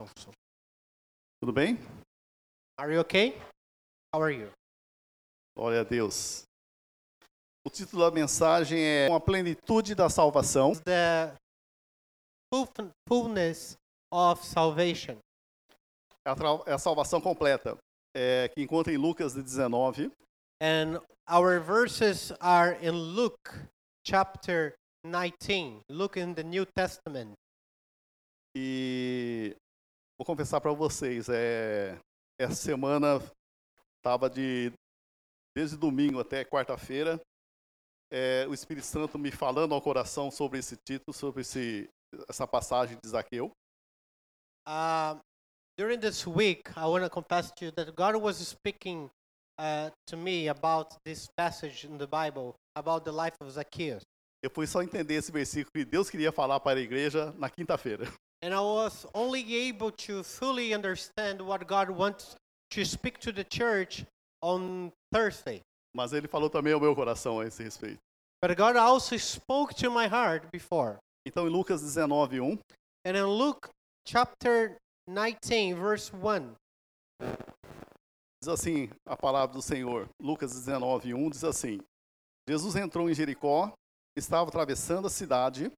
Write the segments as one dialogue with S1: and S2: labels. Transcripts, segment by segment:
S1: also.
S2: Tudo bem?
S1: Are you okay? How are you?
S2: Glória a Deus. O título da mensagem é Uma Plenitude da Salvação.
S1: The full- fullness of salvation.
S2: É a, tra- é a salvação completa, é, que encontra em Lucas 19.
S1: And our verses are in Luke chapter 19. Look in the New Testament.
S2: E vou confessar para vocês, é, essa semana estava de desde domingo até quarta-feira, é, o Espírito Santo me falando ao coração sobre esse título, sobre esse, essa passagem de Zaqueu.
S1: Uh, during this week, I want to confess to you that God was speaking uh, to me about this passage in the Bible about the life of Zacchaeus.
S2: Eu fui só entender esse versículo que Deus queria falar para a igreja na quinta-feira.
S1: And I was only able to fully understand what God wants to speak to the church on Thursday.
S2: Mas ele falou também ao meu coração a esse respeito.
S1: But God also spoke to my heart before.
S2: Então, em Lucas 19, 1,
S1: And in Luke chapter 19, verse 1,
S2: diz assim a palavra do Senhor. Lucas 19, 1 diz assim: Jesus entrou em Jericó, estava atravessando a cidade.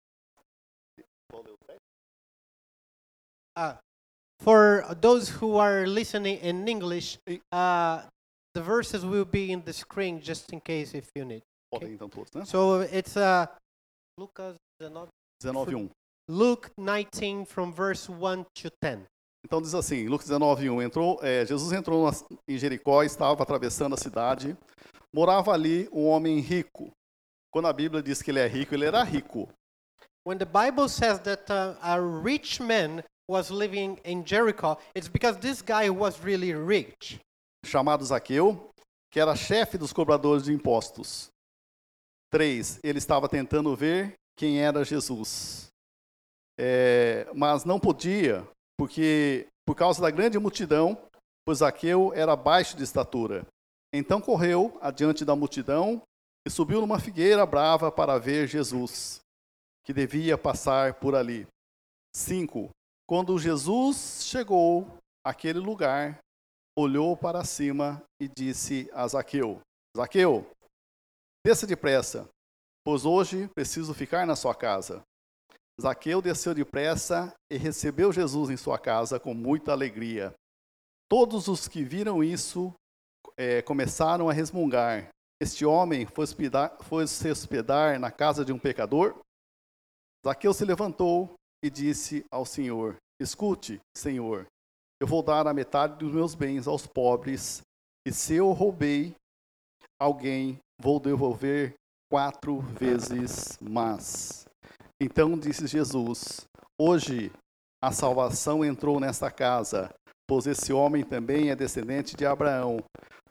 S1: uh, for those who are listening in English,
S2: E-
S1: uh, the verses will be in the screen just in case if you need.
S2: Podem então todos, né?
S1: So it's uh, Lucas 19
S2: 19, 1.
S1: Luke 19 from verse 1 to 10.
S2: Então diz assim, Lucas 19, 1, entrou, é, Jesus entrou na- em Jericó, estava atravessando a cidade, morava ali um homem rico. Quando a Bíblia diz que ele é rico, ele era rico.
S1: When the Bible says that uh, a rich man was living in Jericho, it's because this guy was really rich.
S2: chamado Zaqueu, que era chefe dos cobradores de impostos. 3. Ele estava tentando ver quem era Jesus. É, mas não podia, porque por causa da grande multidão, pois Zaqueu era baixo de estatura. Então correu adiante da multidão e subiu numa figueira brava para ver Jesus, que devia passar por ali. 5. Quando Jesus chegou àquele lugar, olhou para cima e disse a Zaqueu: Zaqueu, desça depressa, pois hoje preciso ficar na sua casa. Zaqueu desceu depressa e recebeu Jesus em sua casa com muita alegria. Todos os que viram isso eh, começaram a resmungar. Este homem foi, hospedar- foi se hospedar na casa de um pecador? Zaqueu se levantou e disse ao Senhor: Escute, Senhor, eu vou dar a metade dos meus bens aos pobres, e se eu roubei alguém, vou devolver quatro vezes mais. Então disse Jesus: Hoje a salvação entrou nesta casa, pois esse homem também é descendente de Abraão,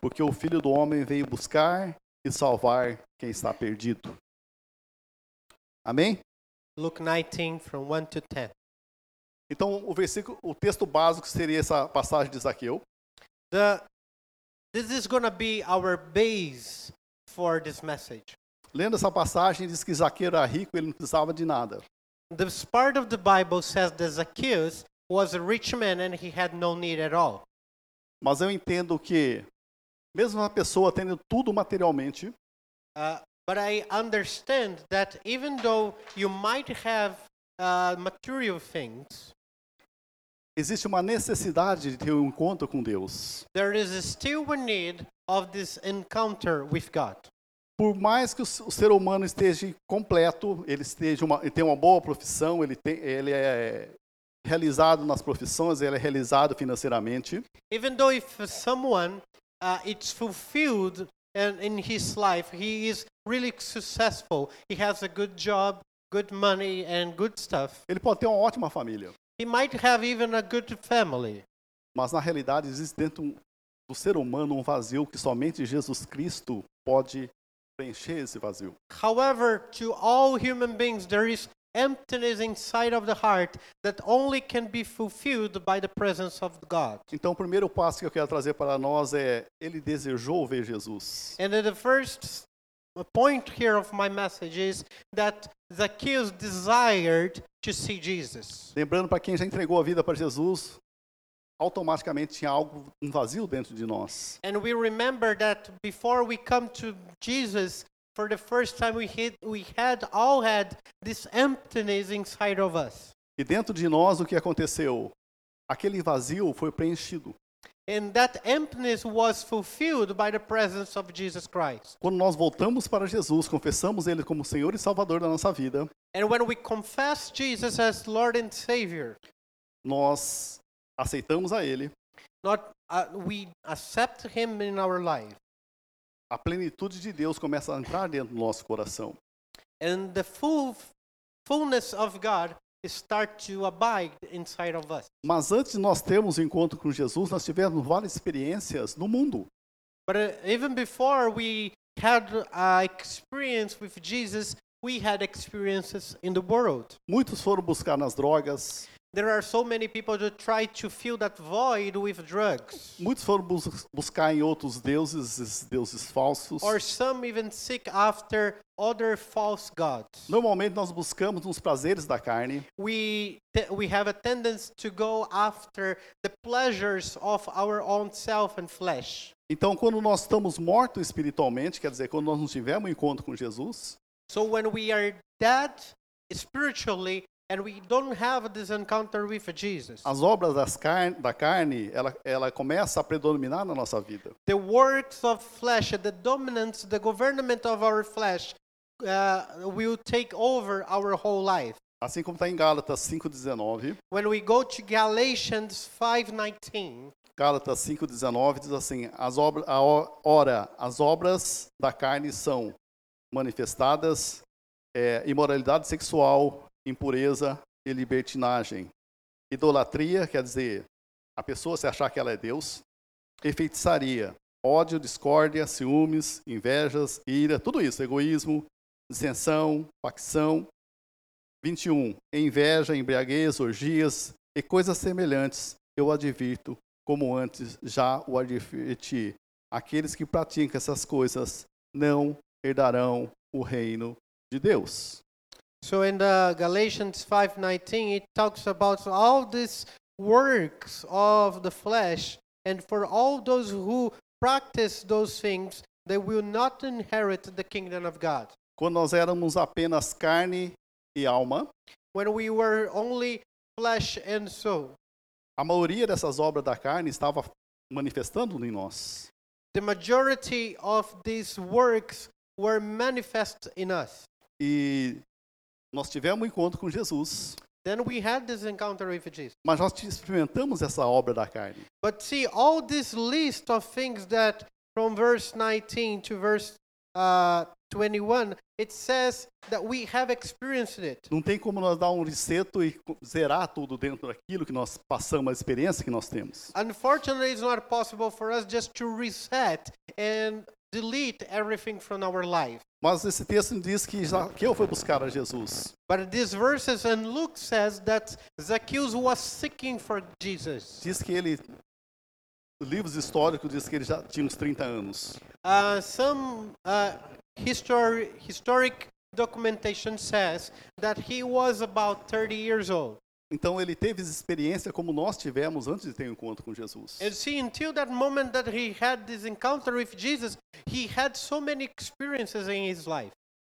S2: porque o filho do homem veio buscar e salvar quem está perdido. Amém?
S1: Luke 19 from 1 to 10.
S2: Então o versículo, o texto básico seria essa passagem de Zaqueu.
S1: The, this is going to be our base for this message.
S2: Lendo essa passagem, diz que Zaqueu era rico, ele não precisava de nada.
S1: This part of the Bible says that Zacchaeus was a rich man and he had no need at all.
S2: Mas eu entendo que, mesmo uma pessoa tendo tudo materialmente,
S1: Uh, but I understand that even though you might have uh, material things,
S2: existe uma necessidade de ter um encontro com Deus.
S1: there is still a need of this encounter with God.
S2: Por mais que o s- o ser humano esteja completo, ele esteja uma, ele tem uma boa profissão, ele, tem, ele é realizado nas profissões, ele é realizado financeiramente,
S1: Even though if someone uh, it's fulfilled and in his life, he is really successful. He has a good job, good money, and good stuff.
S2: ele pode ter uma ótima família,
S1: He might have even a good family.
S2: mas na realidade existe dentro do ser humano um vazio que somente Jesus Cristo pode preencher esse vazio.
S1: However, to all human beings, there is emptiness inside of the heart that only can be fulfilled by the presence of God.
S2: Então, o primeiro passo que eu quero trazer para nós é: ele desejou ver Jesus.
S1: And then the first point here of my message is that Zacchaeus desired to see Jesus.
S2: Lembrando para quem já entregou a vida para Jesus, automaticamente tinha algo um vazio dentro de nós.
S1: And we remember that before we come to Jesus, for the first time we had, we had all had this emptiness inside of us.
S2: E dentro de nós o que aconteceu? Aquele vazio foi preenchido.
S1: And that emptiness was fulfilled by the presence of Jesus Christ.
S2: Quando nós voltamos para Jesus, confessamos ele como Senhor e Salvador da nossa vida,
S1: And when we confess Jesus as Lord and Savior,
S2: nós aceitamos a ele,
S1: not uh, we accept him in our life
S2: a plenitude de Deus começa a entrar dentro do nosso coração.
S1: and the full fullness of God start to abide inside of us.
S2: Mas antes de nós termos o encontro com Jesus, nós tivemos várias experiências no mundo.
S1: But uh, even before we had uh, experience with Jesus, we had experiences in the world.
S2: Muitos foram buscar nas drogas,
S1: There are so many people that try to fill that void with drugs.
S2: muitos foram bus buscar em outros deuses, esses deuses falsos.
S1: Or some even seek after other false gods.
S2: Normalmente nós buscamos nos prazeres da carne,
S1: We, te- we have a tendency to go after the pleasures of our own self and flesh.
S2: Então, quando nós estamos mortos espiritualmente, quer dizer, quando nós não tivermos um encontro com Jesus,
S1: So when we are dead spiritually and we don't have this encounter with Jesus,
S2: as obras das car da carne, ela, ela começa a predominar na nossa vida.
S1: the works of flesh, the dominance, the government of our flesh uh, will take over our whole life.
S2: Assim como está em Gálatas 5,19,
S1: When we go to Galatians 5:19,
S2: Gálatas 5,19 diz assim, as obra, a o- ora, as obras da carne são manifestadas, é, imoralidade sexual, impureza e libertinagem. Idolatria, quer dizer, a pessoa se achar que ela é Deus. E feitiçaria, ódio, discórdia, ciúmes, invejas, ira, tudo isso, egoísmo, dissensão, facção. 21. Inveja, embriaguez, orgias e coisas semelhantes, eu advirto, como antes já o adverti. Aqueles que praticam essas coisas não herdarão o reino de Deus.
S1: so in the Galatians 5:19 it talks about all these works of the flesh and for all those who practice those things they will not inherit the kingdom of God.
S2: Quando nós éramos apenas carne e alma,
S1: When we were only flesh and soul,
S2: a maioria dessas obras da carne estava manifestando em nós.
S1: the majority of these works were manifest in us.
S2: E nós tivemos um encontro com Jesus,
S1: Then we had this encounter with Jesus.
S2: mas nós experimentamos essa obra da carne.
S1: But see, all this list of things that from verse 19 to verse uh, 21, it says that we have experienced it.
S2: Não tem como nós dar um reseto e co- zerar tudo dentro daquilo que nós passamos, a experiência que nós temos.
S1: Unfortunately, it's not possible for us just to reset and delete everything from our life.
S2: Mas esse texto diz que Zaqueu foi buscar a Jesus.
S1: But these verses and Luke says that Zacchaeus was seeking for Jesus.
S2: Diz que ele, livros históricos diz que ele já tinha uns 30 anos.
S1: Uh, some uh, histori- historic documentation says that he was about 30 years old.
S2: Então ele teve essa experiência como nós tivemos antes de ter um encontro com Jesus.
S1: And see, until that moment that he had this encounter with Jesus, he had so many experiences in his life.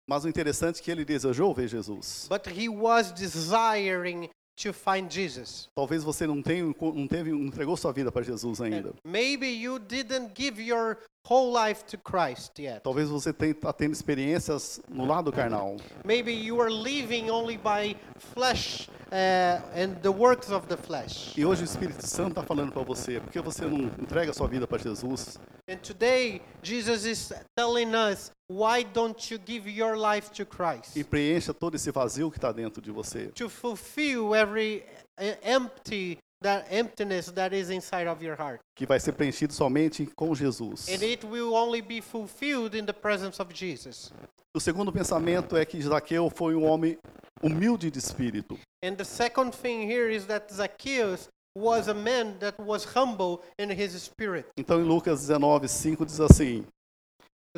S2: Mas o interessante é que ele desejou ver Jesus.
S1: But he was desiring to find Jesus.
S2: Talvez você não tenha, um enco- não teve, não entregou sua vida para Jesus ainda.
S1: Maybe you didn't give your whole life to Christ yet.
S2: Talvez você está tendo experiências no lado carnal.
S1: Maybe you are living only by flesh uh, and the works of the flesh.
S2: E hoje o Espírito Santo está falando para você, porque você não entrega sua vida para Jesus?
S1: And today, Jesus is telling us, why don't you give your life to Christ?
S2: E preencha todo esse vazio que está dentro de você.
S1: to fulfill every uh, empty that emptiness that is inside of your heart
S2: que vai ser preenchido somente com Jesus.
S1: and it will only be fulfilled in the presence of jesus
S2: O segundo pensamento é que Zaqueu foi um homem humilde de espírito.
S1: and the second thing here is that zacchaeus was a man that was humble in his spirit
S2: Então em Lucas 19, 5 diz assim: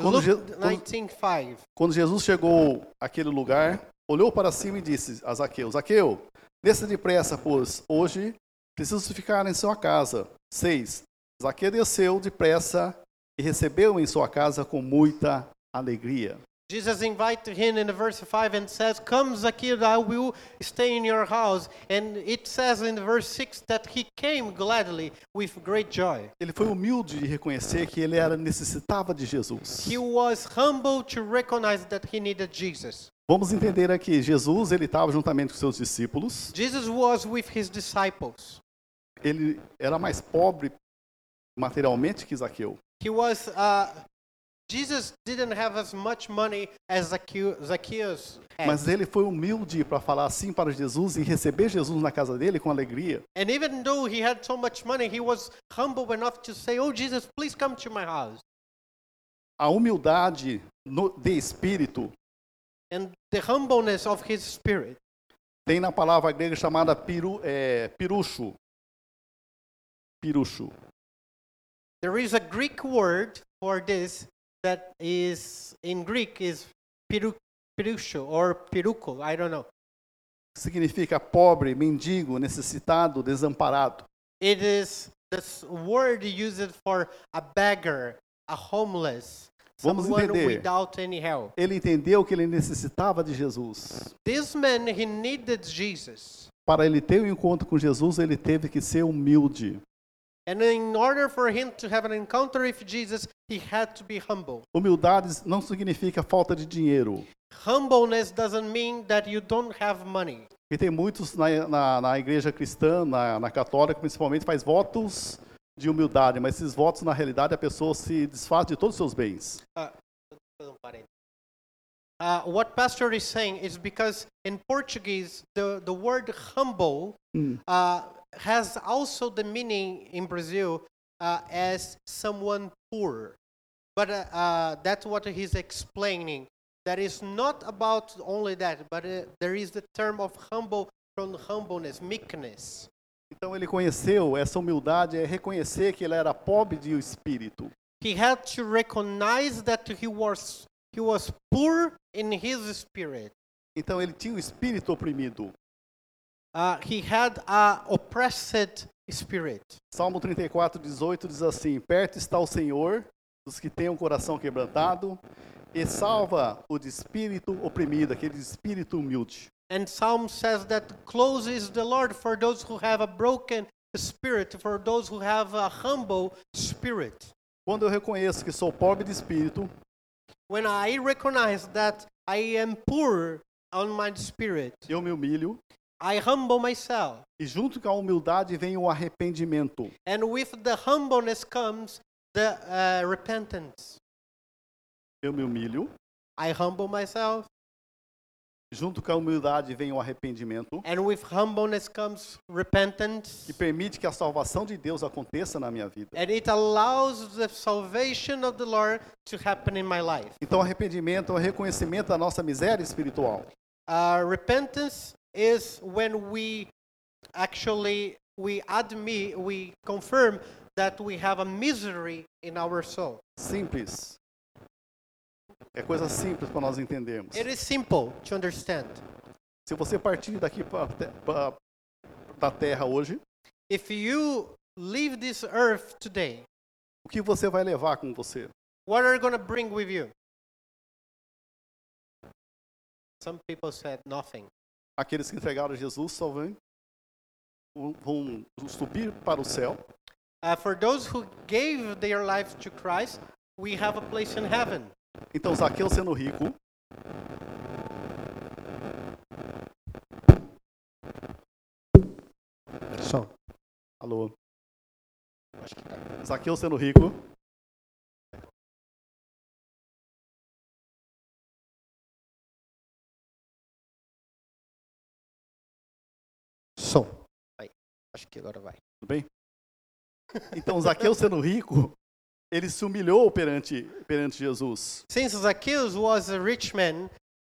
S2: Quando Je-
S1: luke
S2: quando-
S1: 19 5
S2: Quando Jesus chegou àquele lugar, olhou para cima e disse a Zaqueu: Zaqueu, desça depressa, pois hoje preciso ficar em sua casa. 6. Zaqueu desceu depressa e recebeu em sua casa com muita alegria.
S1: Jesus invited him in verse 5 and says, Come, Zacchaeus, I will stay in your house. And it says in verse 6 that he came gladly with great joy.
S2: Ele foi humilde de reconhecer que ele era necessitava de Jesus.
S1: He was humble to recognize that he needed Jesus.
S2: Vamos entender aqui, Jesus ele estava juntamente com seus discípulos.
S1: Jesus was with his disciples.
S2: Ele era mais pobre materialmente que Zaqueu.
S1: He was, uh, Jesus didn't have as much money as Zaccheu- Zacchaeus had.
S2: Mas ele foi humilde para falar assim para Jesus e receber Jesus na casa dele com alegria.
S1: And even though he had so much money, he was humble enough to say, Oh, Jesus, please come to my house.
S2: A humildade no, de espírito
S1: And the humbleness of his spirit.
S2: tem na palavra grega chamada piru, é, pirucho. Pirucho.
S1: There is a Greek word for this that is in Greek is piru, pirusho or piruko. I don't know.
S2: Significa pobre, mendigo, necessitado, desamparado.
S1: It is this word used for a beggar, a homeless,
S2: Vamos
S1: someone
S2: entender.
S1: without any help.
S2: Ele entendeu que ele necessitava de Jesus.
S1: This man he needed Jesus.
S2: Para ele ter o encontro com Jesus, ele teve que ser humilde.
S1: And in order for him to have an encounter with Jesus, he had to be humble.
S2: Humildade não significa falta de dinheiro.
S1: Humbleness doesn't mean that you don't have money.
S2: Porque tem muitos na, na, na igreja cristã, na, na católica principalmente, faz votos de humildade, mas esses votos, na realidade, a pessoa se desfaz de todos os seus bens.
S1: Uh, fazer um parênteses. Uh, what pastor is saying is because in Portuguese the, the word humble uh, has also the meaning in Brazil uh, as someone poor, but uh, uh, that's what he's explaining. That is not about only that, but uh, there is the term of humble from humbleness, meekness.
S2: Então ele conheceu, essa humildade é reconhecer que ele era pobre de espírito.
S1: He had to recognize that he was he was poor in his spirit.
S2: Então ele tinha o espírito oprimido.
S1: Uh, he had a oppressed spirit.
S2: Salmo 34, 18 diz assim: Perto está o Senhor dos que têm o coração quebrantado e salva o de espírito oprimido, aquele de espírito humilde.
S1: And Psalm says that close is the Lord for those who have a broken spirit, for those who have a humble spirit.
S2: Quando eu reconheço que sou pobre de espírito,
S1: When I recognize that I am poor on my spirit,
S2: eu me humilho
S1: I humble myself.
S2: e junto com a humildade vem o arrependimento.
S1: And with the humbleness comes the uh, repentance.
S2: Eu me humilho,
S1: I humble myself,
S2: junto com a humildade vem o arrependimento
S1: and with humbleness comes repentance.
S2: que permite que a salvação de Deus aconteça na minha vida.
S1: And it allows the salvation of the Lord to happen in my life.
S2: Então, arrependimento é o reconhecimento da nossa miséria espiritual.
S1: Uh, repentance is when we actually we admit, we confirm that we have a misery in our soul.
S2: Simples. É coisa simples para nós entendermos.
S1: It is simple to understand.
S2: Se você partir daqui pra, te- pra, da terra hoje,
S1: If you leave this earth today,
S2: o que você vai levar com você?
S1: what are you going to bring with you? Some people said nothing.
S2: Aqueles que entregaram Jesus só vão, vão subir para o céu,
S1: Uh, for those who gave their life to Christ, we have a place in heaven.
S2: Então, Zaqueu sendo rico,
S1: So,
S2: alô,
S1: acho que
S2: Zaqueu sendo rico,
S1: Som. Aí, acho que agora vai.
S2: tudo bem? Então, Zaqueu sendo rico, ele se humilhou perante, perante Jesus.
S1: Since Zacchaeus was a rich man,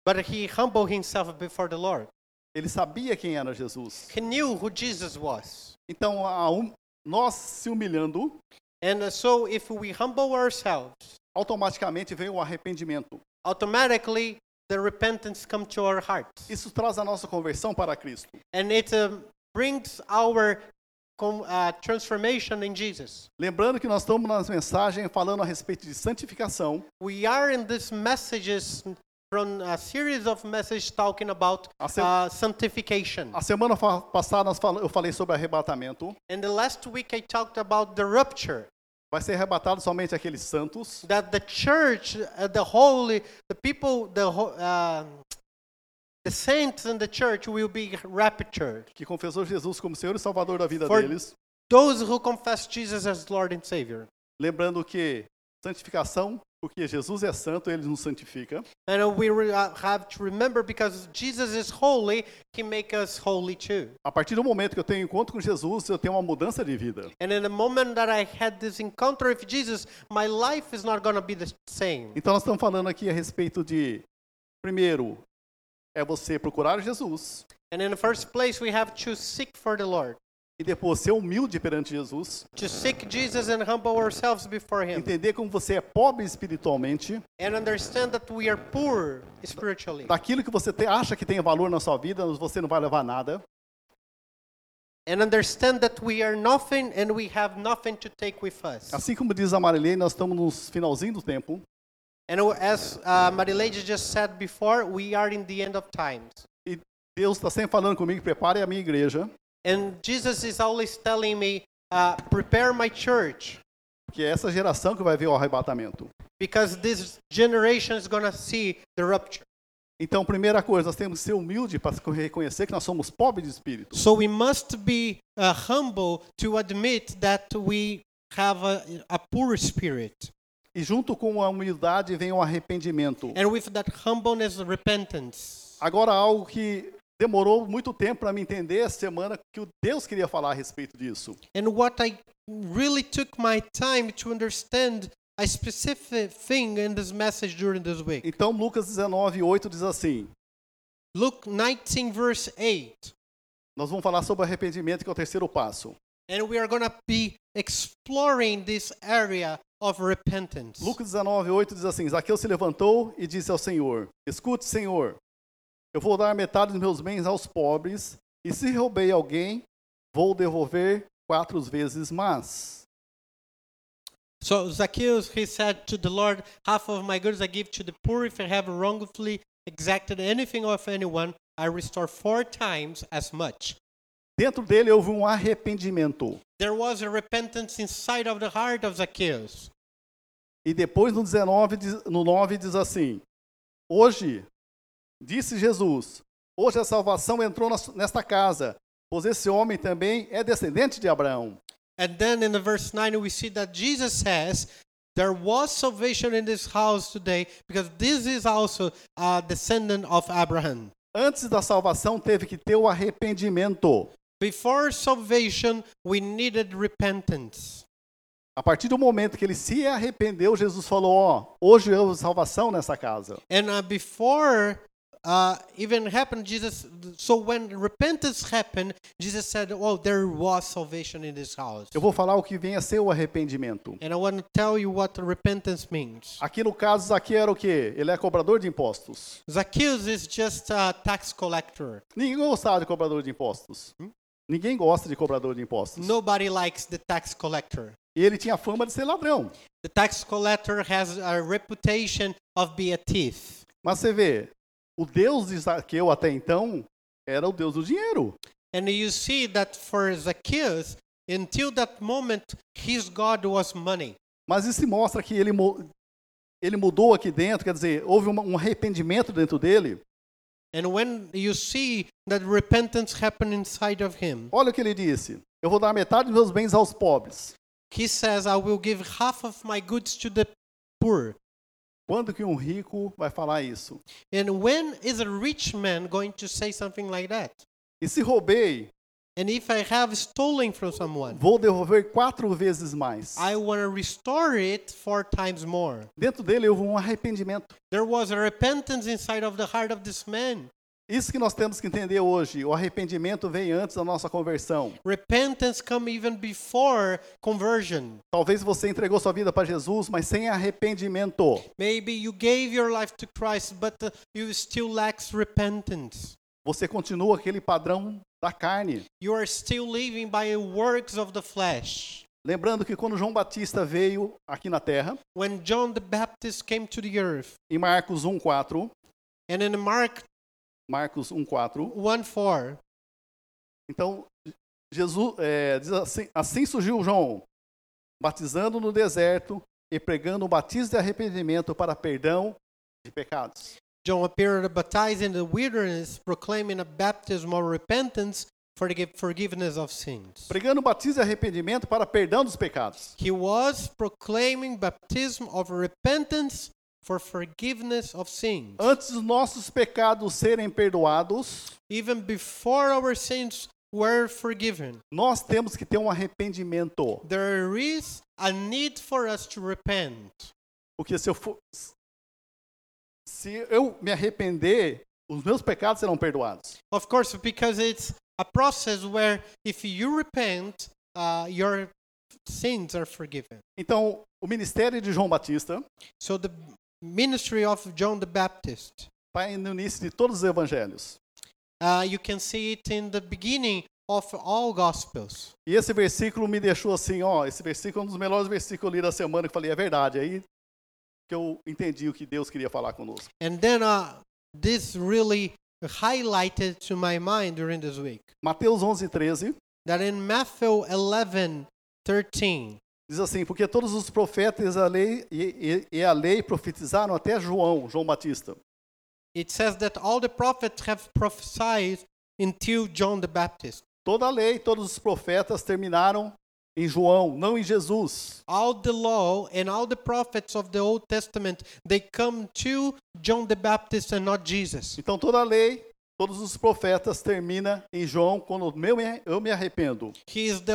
S1: but he humbled himself before the Lord.
S2: Ele sabia quem era Jesus.
S1: He knew who Jesus was.
S2: Então, a hum- nós se humilhando,
S1: And uh, so if we humble ourselves,
S2: automaticamente vem o arrependimento.
S1: automatically the repentance come to our hearts.
S2: Isso traz a nossa conversão para Cristo.
S1: And it um, brings our com- uh, transformation in Jesus.
S2: Lembrando que nós estamos nas mensagens falando a respeito de santificação,
S1: We are in these messages from a series of messages talking about
S2: A sem-
S1: uh, sanctification.
S2: A semana fa- passada nós fal- eu falei sobre arrebatamento.
S1: And the last week I talked about the rupture
S2: Vai ser arrebatado somente aqueles santos.
S1: that the church, uh, the holy, the people, the ho- um the saints in the church will be raptured.
S2: Que confessou Jesus como Senhor e Salvador da vida
S1: For-
S2: deles.
S1: Those who confess Jesus as Lord and Savior.
S2: Lembrando que santificação, porque Jesus é santo, ele nos santifica.
S1: And uh, we re- uh, have to remember because Jesus is holy, he make us holy too.
S2: A partir do momento que eu tenho encontro com Jesus, eu tenho uma mudança de vida.
S1: And in the moment that I had this encounter with Jesus, my life is not going to be the same.
S2: Então nós estamos falando aqui a respeito de primeiro é você procurar Jesus
S1: And in the first place, we have to seek for the Lord,
S2: e depois ser humilde perante Jesus,
S1: to seek Jesus and humble ourselves before him.
S2: entender como você é pobre espiritualmente,
S1: and understand that we are poor spiritually.
S2: daquilo que você te- acha que tem valor na sua vida, você não vai levar nada.
S1: And understand that we are nothing and we have nothing to take with us.
S2: Assim como diz a Marilene, nós estamos no finalzinho do tempo.
S1: And as uh, Marilady just said before, we are in the end of times.
S2: E Deus está sempre falando comigo, prepare a minha igreja,
S1: And Jesus is always telling me, uh, prepare my church
S2: porque é essa geração que vai ver o arrebatamento.
S1: because this generation is going to see the rupture.
S2: Então, primeira coisa, nós temos que ser humilde para reconhecer que nós somos pobres de espírito.
S1: So we must be uh, humble to admit that we have a, a poor spirit.
S2: E junto com a humildade vem o arrependimento.
S1: And with that humbleness, repentance.
S2: Agora, algo que demorou muito tempo para me entender essa semana, que o Deus queria falar a respeito disso.
S1: And what I really took my time to understand a specific thing in this message during this week.
S2: Então, Lucas 19, 8 diz assim,
S1: Luke 19, verse 8.
S2: nós vamos falar sobre arrependimento, que é o terceiro passo.
S1: And we are going to be exploring this area of repentance.
S2: Lucas 19, 8 diz assim: Zaqueu se levantou e disse ao Senhor: Escute, Senhor, eu vou dar metade dos meus bens aos pobres, e se roubei alguém, vou devolver quatro vezes mais.
S1: So Zacchaeus, he said to the Lord, Half of my goods I give to the poor. If I have wrongfully exacted anything of anyone, I restore four times as much.
S2: Dentro dele houve um arrependimento.
S1: There was a repentance inside of the heart of Zacchaeus.
S2: E depois no 19, diz- no 9 diz assim: Hoje disse Jesus: Hoje a salvação entrou nas- nesta casa, pois esse homem também é descendente de Abraão.
S1: And then in the verse 9 we see that Jesus says, there was salvation in this house today because this is also a descendant of Abraham.
S2: Antes da salvação teve que ter o arrependimento.
S1: Before salvation, we needed repentance.
S2: A partir do momento que ele se arrependeu, Jesus falou: Ó, hoje eu salvação nessa casa.
S1: And uh, before uh, even happened, Jesus, so when repentance happened, Jesus said, Oh, there was salvation in this house.
S2: Eu vou falar o que vem a ser o arrependimento.
S1: And I want to tell you what repentance means.
S2: Aqui no caso, Zaqueu era o quê? Ele é cobrador de impostos.
S1: Zacchaeus is just a tax collector.
S2: Ninguém gostava de cobrador de impostos. Ninguém gosta de cobrador de impostos.
S1: Nobody likes the tax collector.
S2: E ele tinha fama de ser ladrão.
S1: The tax collector has a reputation of being a thief.
S2: Mas você vê, o Deus de Zaqueu até então era o Deus do dinheiro.
S1: And you see that for Zacchaeus, until that moment, his God was money.
S2: Mas isso mostra que ele, mu- ele mudou aqui dentro, quer dizer, houve uma- um arrependimento dentro dele.
S1: And when you see that repentance happen inside of him,
S2: Olha o que ele disse: Eu vou dar metade dos meus bens aos pobres.
S1: he says, I will give half of my goods to the poor.
S2: Quando que um rico vai falar isso?
S1: And when is a rich man going to say something like that?
S2: E se roubei,
S1: And if I have stolen from someone,
S2: vou devolver quatro vezes mais.
S1: I want to restore it four times more.
S2: Dentro dele houve um arrependimento.
S1: There was a repentance inside of the heart of this man.
S2: Isso que nós temos que entender hoje. O arrependimento vem antes da nossa conversão.
S1: Repentance come even before conversion.
S2: Talvez você entregou sua vida para Jesus, mas sem arrependimento.
S1: Maybe you gave your life to Christ, but uh, you still lacks repentance.
S2: Você continua aquele padrão da carne.
S1: You are still living by works of the flesh.
S2: Lembrando que quando João Batista veio aqui na terra,
S1: When John the Baptist came to the earth,
S2: em Marcos 1:4,
S1: and in Mark
S2: Marcos 1:4,
S1: 1 4,
S2: então Jesus é, diz assim, assim surgiu João, batizando no deserto e pregando o batismo de arrependimento para perdão de pecados.
S1: John appeared baptized in the wilderness, proclaiming a baptism of repentance for the forgiveness of sins.
S2: Pregando o batismo de arrependimento para perdão dos pecados.
S1: He was proclaiming baptism of repentance for forgiveness of sins.
S2: Antes dos nossos pecados serem perdoados,
S1: Even before our sins were forgiven,
S2: nós temos que ter um arrependimento.
S1: there is a need for us to repent.
S2: Porque se eu for se eu me arrepender, os meus pecados serão perdoados.
S1: Of course, because it's a process where if you repent, uh, your sins are forgiven.
S2: Então, o ministério de João Batista
S1: So the ministry of John the Baptist,
S2: está no início de todos os evangelhos.
S1: uh, you can see it in the beginning of all Gospels.
S2: E esse versículo me deixou assim, ó, esse versículo é um dos melhores versículos que eu li da semana, que eu falei, é verdade, aí que eu entendi o que Deus queria falar conosco.
S1: And then uh, this really highlighted to my mind during this week
S2: Mateus 11, 13,
S1: that in Matthew 11 13,
S2: diz assim, porque todos os profetas a lei, e, e, e a lei profetizaram até João, João Batista.
S1: it says that all the prophets have prophesied until John the Baptist.
S2: Toda a lei, todos os profetas terminaram em João, não em Jesus.
S1: All the law and all the prophets of the Old Testament they come to John the Baptist and not Jesus.
S2: Então toda a lei, todos os profetas termina em João quando eu me- eu me arrependo.
S1: He is the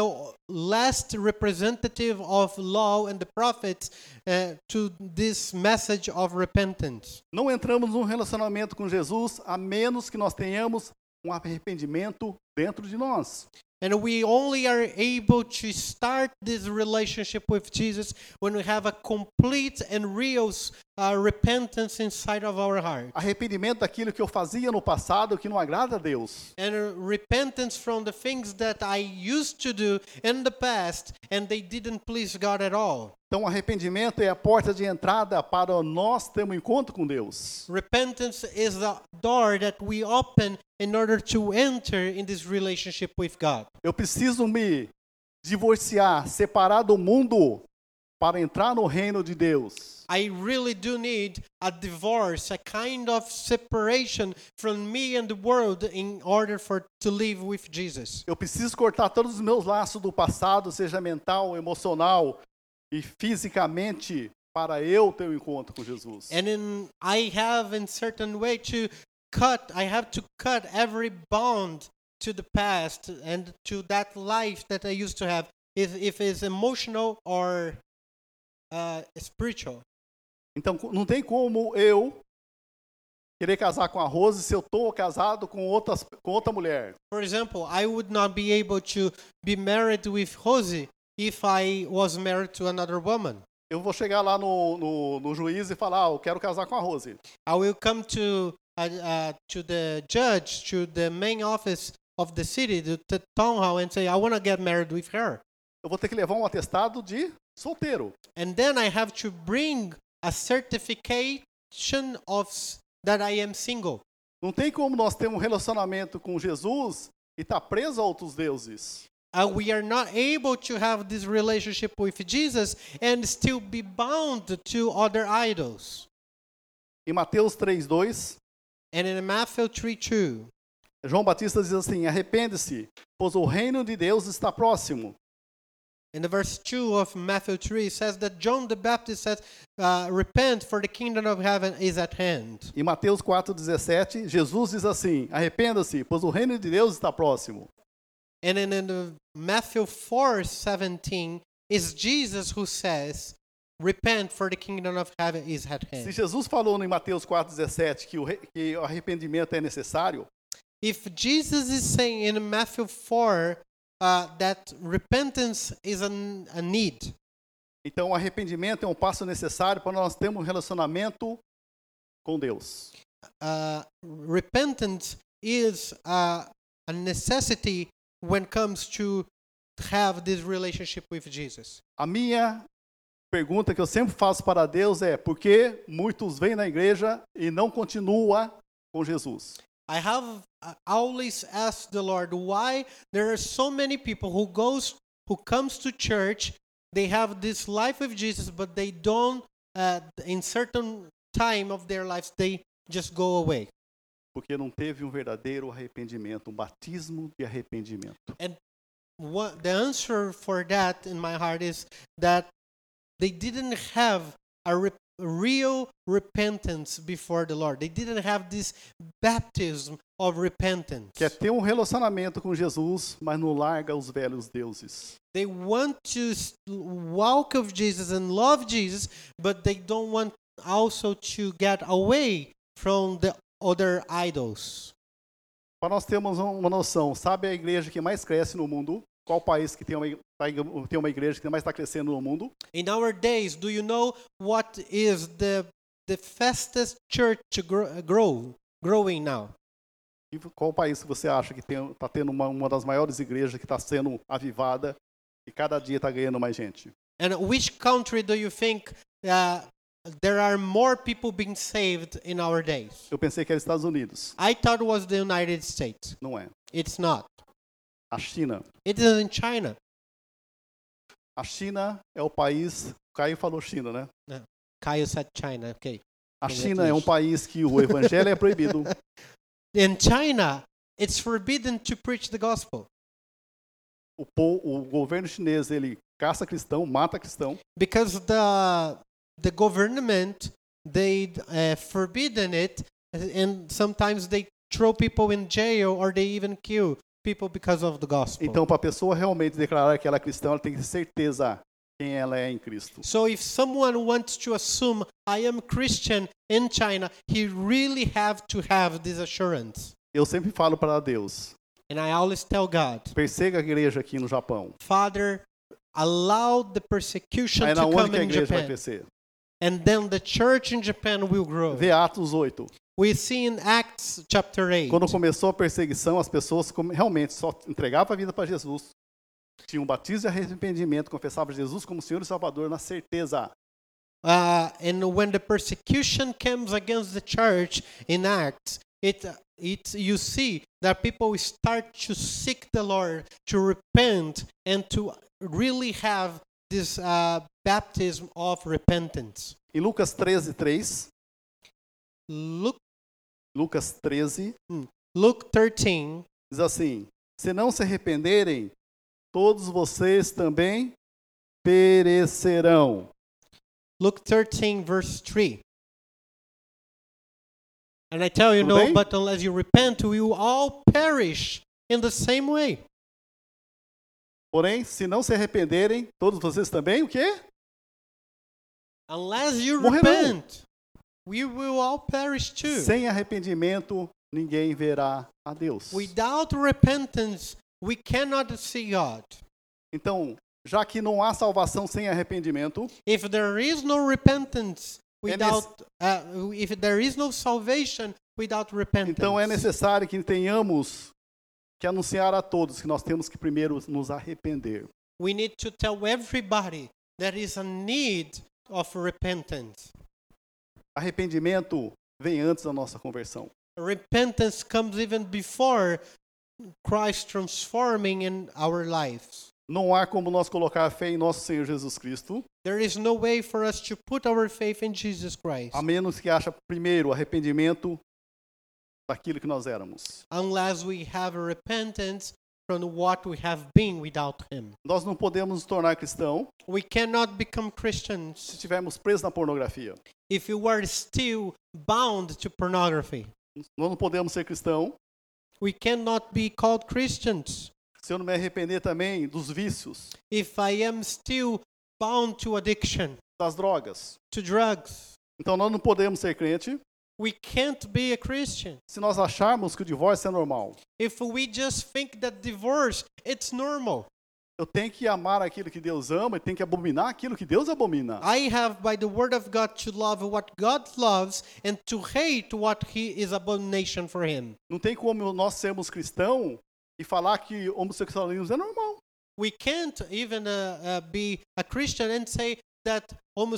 S1: last representative of law and the prophets uh, to this message of repentance.
S2: Não entramos num relacionamento com Jesus a menos que nós tenhamos um arrependimento dentro de nós.
S1: And we only are able to start this relationship with Jesus when we have a complete and real uh, repentance inside of our heart.
S2: Arrependimento daquilo que eu fazia no passado que não agrada a Deus.
S1: And uh, repentance from the things that I used to do in the past and they didn't please God at all.
S2: Então, arrependimento é a porta de entrada para nós termos um encontro com Deus.
S1: Repentance is the door that we open in order to enter in this relationship with God.
S2: Eu preciso me divorciar, separar do mundo para entrar no reino de Deus.
S1: I really do need a divorce, a kind of separation from me and the world in order for to live with Jesus.
S2: Eu preciso cortar todos os meus laços do passado, seja mental, emocional e fisicamente, para eu ter um encontro com Jesus.
S1: And in I have in certain way to cut I have to cut every bond to the past and to that life that I used to have if if it's emotional or uh, spiritual.
S2: Então co- não tem como eu querer casar com a Rose se eu estou casado com, outras, com outra mulher.
S1: For example, I would not be able to be married with Rosie if I was married to another woman.
S2: Eu vou chegar lá no, no, no juiz e falar, ah, eu quero casar com a Rose.
S1: I will come to uh, uh, to the judge, to the main office of the city, the, the town hall, and say I want to get married with her.
S2: Eu vou ter que levar um atestado de solteiro.
S1: And then I have to bring a certification of s- that I am single.
S2: Não tem como nós ter um relacionamento com Jesus e estar preso a outros deuses.
S1: Uh, we are not able to have this relationship with Jesus and still be bound to other idols.
S2: Em Mateus 3:2,
S1: And in Matthew 3 2,
S2: João Batista diz assim: Arrepende-se, pois o reino de Deus está próximo.
S1: In the verse 2 of Matthew 3 it says that John the Baptist says, uh, Repent, for the kingdom of heaven is at hand.
S2: Em Mateus 4:17, Jesus diz assim: Arrependa-se, pois o reino de Deus está próximo.
S1: And then in the Matthew 4 17 is Jesus who says, Repent, for the kingdom of heaven is at
S2: Se
S1: hand.
S2: Jesus falou em Mateus 4,17 que, o re- que o arrependimento é necessário,
S1: If Jesus is saying in Matthew 4 uh, that repentance is an, a need,
S2: então o arrependimento é um passo necessário para nós termos um relacionamento com Deus.
S1: uh, repentance is uh, a necessity when comes to have this relationship with Jesus.
S2: A minha pergunta que eu sempre faço para Deus é: por que muitos vêm na igreja e não continua com Jesus?
S1: I have uh, always asked the Lord why there are so many people who goes who comes to church, they have this life with Jesus, but they don't. Uh, in certain time of their lives, they just go away.
S2: Porque não teve um verdadeiro arrependimento, um batismo de arrependimento.
S1: And what the answer for that in my heart is that they didn't have a re- real repentance before the Lord. They didn't have this baptism of repentance.
S2: Quer ter um relacionamento com Jesus, mas não larga os velhos deuses.
S1: They want to s- walk of Jesus and love Jesus, but they don't want also to get away from the other idols.
S2: Para nós termos um, uma noção, sabe a igreja que mais cresce no mundo? Qual país que tem uma, ig- tá ig- tem uma igreja que mais está crescendo no mundo?
S1: In our days, do you know what is the the fastest church to grow, grow growing now?
S2: E qual país que você acha que está tendo uma, uma das maiores igrejas que está sendo avivada e cada dia está ganhando mais gente?
S1: And which country do you think uh, there are more people being saved in our days?
S2: Eu pensei que era Estados Unidos.
S1: I thought it was the United States.
S2: Não é.
S1: It's not.
S2: A China.
S1: It is in China.
S2: A China é o país. Caio falou China, né?
S1: Caio said China. Okay.
S2: A
S1: Tem
S2: China
S1: outros.
S2: é um país que o evangelho é proibido.
S1: In China, it's forbidden to preach the gospel
S2: O, po- o governo chinês ele caça cristão, mata cristão.
S1: because the the government they uh, forbidden it, and sometimes they throw people in jail or they even kill people because of the gospel.
S2: Então, para a pessoa realmente declarar que ela é cristã, ela tem que ter certeza quem ela é em Cristo.
S1: So if someone wants to assume I am Christian in China, he really have to have this assurance.
S2: Eu sempre falo para Deus:
S1: And I always tell God,
S2: persegue a igreja aqui no Japão.
S1: Father, allow the persecution
S2: Aí
S1: to
S2: na onde
S1: come
S2: que a
S1: in
S2: igreja vai
S1: Japan,
S2: crescer?
S1: and then the church in Japan will grow.
S2: Vê Atos 8.
S1: We see in Acts chapter 8.
S2: Quando começou a perseguição, as pessoas come- realmente só entregavam a vida para Jesus. Tinham um batismo de arrependimento, confessavam Jesus como Senhor e Salvador na certeza.
S1: Uh, and when the persecution comes against the church in Acts, it it you see that people start to seek the Lord, to repent, and to really have this uh, baptism of repentance.
S2: Em Lucas 13, 3,
S1: Luke
S2: Lucas 13,
S1: Luke 13.
S2: diz assim: Se não se arrependerem, todos vocês também perecerão.
S1: Luke 13 verse 3. And I tell you
S2: Tudo
S1: no,
S2: bem?
S1: but unless you repent, we will all perish in the same way.
S2: Porém, se não se arrependerem, todos vocês também, o quê?
S1: Unless you
S2: Morrerão.
S1: repent, we will all perish too.
S2: Sem arrependimento, ninguém verá a Deus.
S1: Without repentance, we cannot see God.
S2: Então, já que não há salvação sem arrependimento,
S1: If there is no repentance
S2: É
S1: without, uh, if there is no salvation without repentance,
S2: então é necessário que tenhamos que anunciar a todos que nós temos que primeiro nos arrepender.
S1: we need to tell everybody there is a need of repentance.
S2: Arrependimento vem antes da nossa conversão.
S1: Repentance comes even before Christ transforming in our lives.
S2: Não há como nós colocar a fé em nosso Senhor Jesus Cristo,
S1: There is no way for us to put our faith in Jesus Christ.
S2: a menos que haja primeiro arrependimento daquilo que nós éramos.
S1: unless we have a repentance from what we have been without him.
S2: Nós não podemos nos tornar cristão
S1: We cannot become
S2: se
S1: Christians
S2: estivermos presos na pornografia.
S1: if we are still bound to pornography.
S2: Nós não podemos ser cristão
S1: We cannot be called Christians
S2: se eu não me arrepender também dos vícios.
S1: if I am still bound to addiction.
S2: das drogas.
S1: to drugs.
S2: Então nós não podemos ser crente
S1: We can't be a Christian
S2: se nós acharmos que o divórcio é normal.
S1: if we just think that divorce it's normal.
S2: Eu tenho que amar aquilo que Deus ama e tenho que abominar aquilo que Deus abomina.
S1: I have by the word of God to love what God loves and to hate what he is abomination for him.
S2: Não tem como nós sermos cristão e falar que homossexualismo é normal.
S1: We can't even uh, uh, be a Christian and say that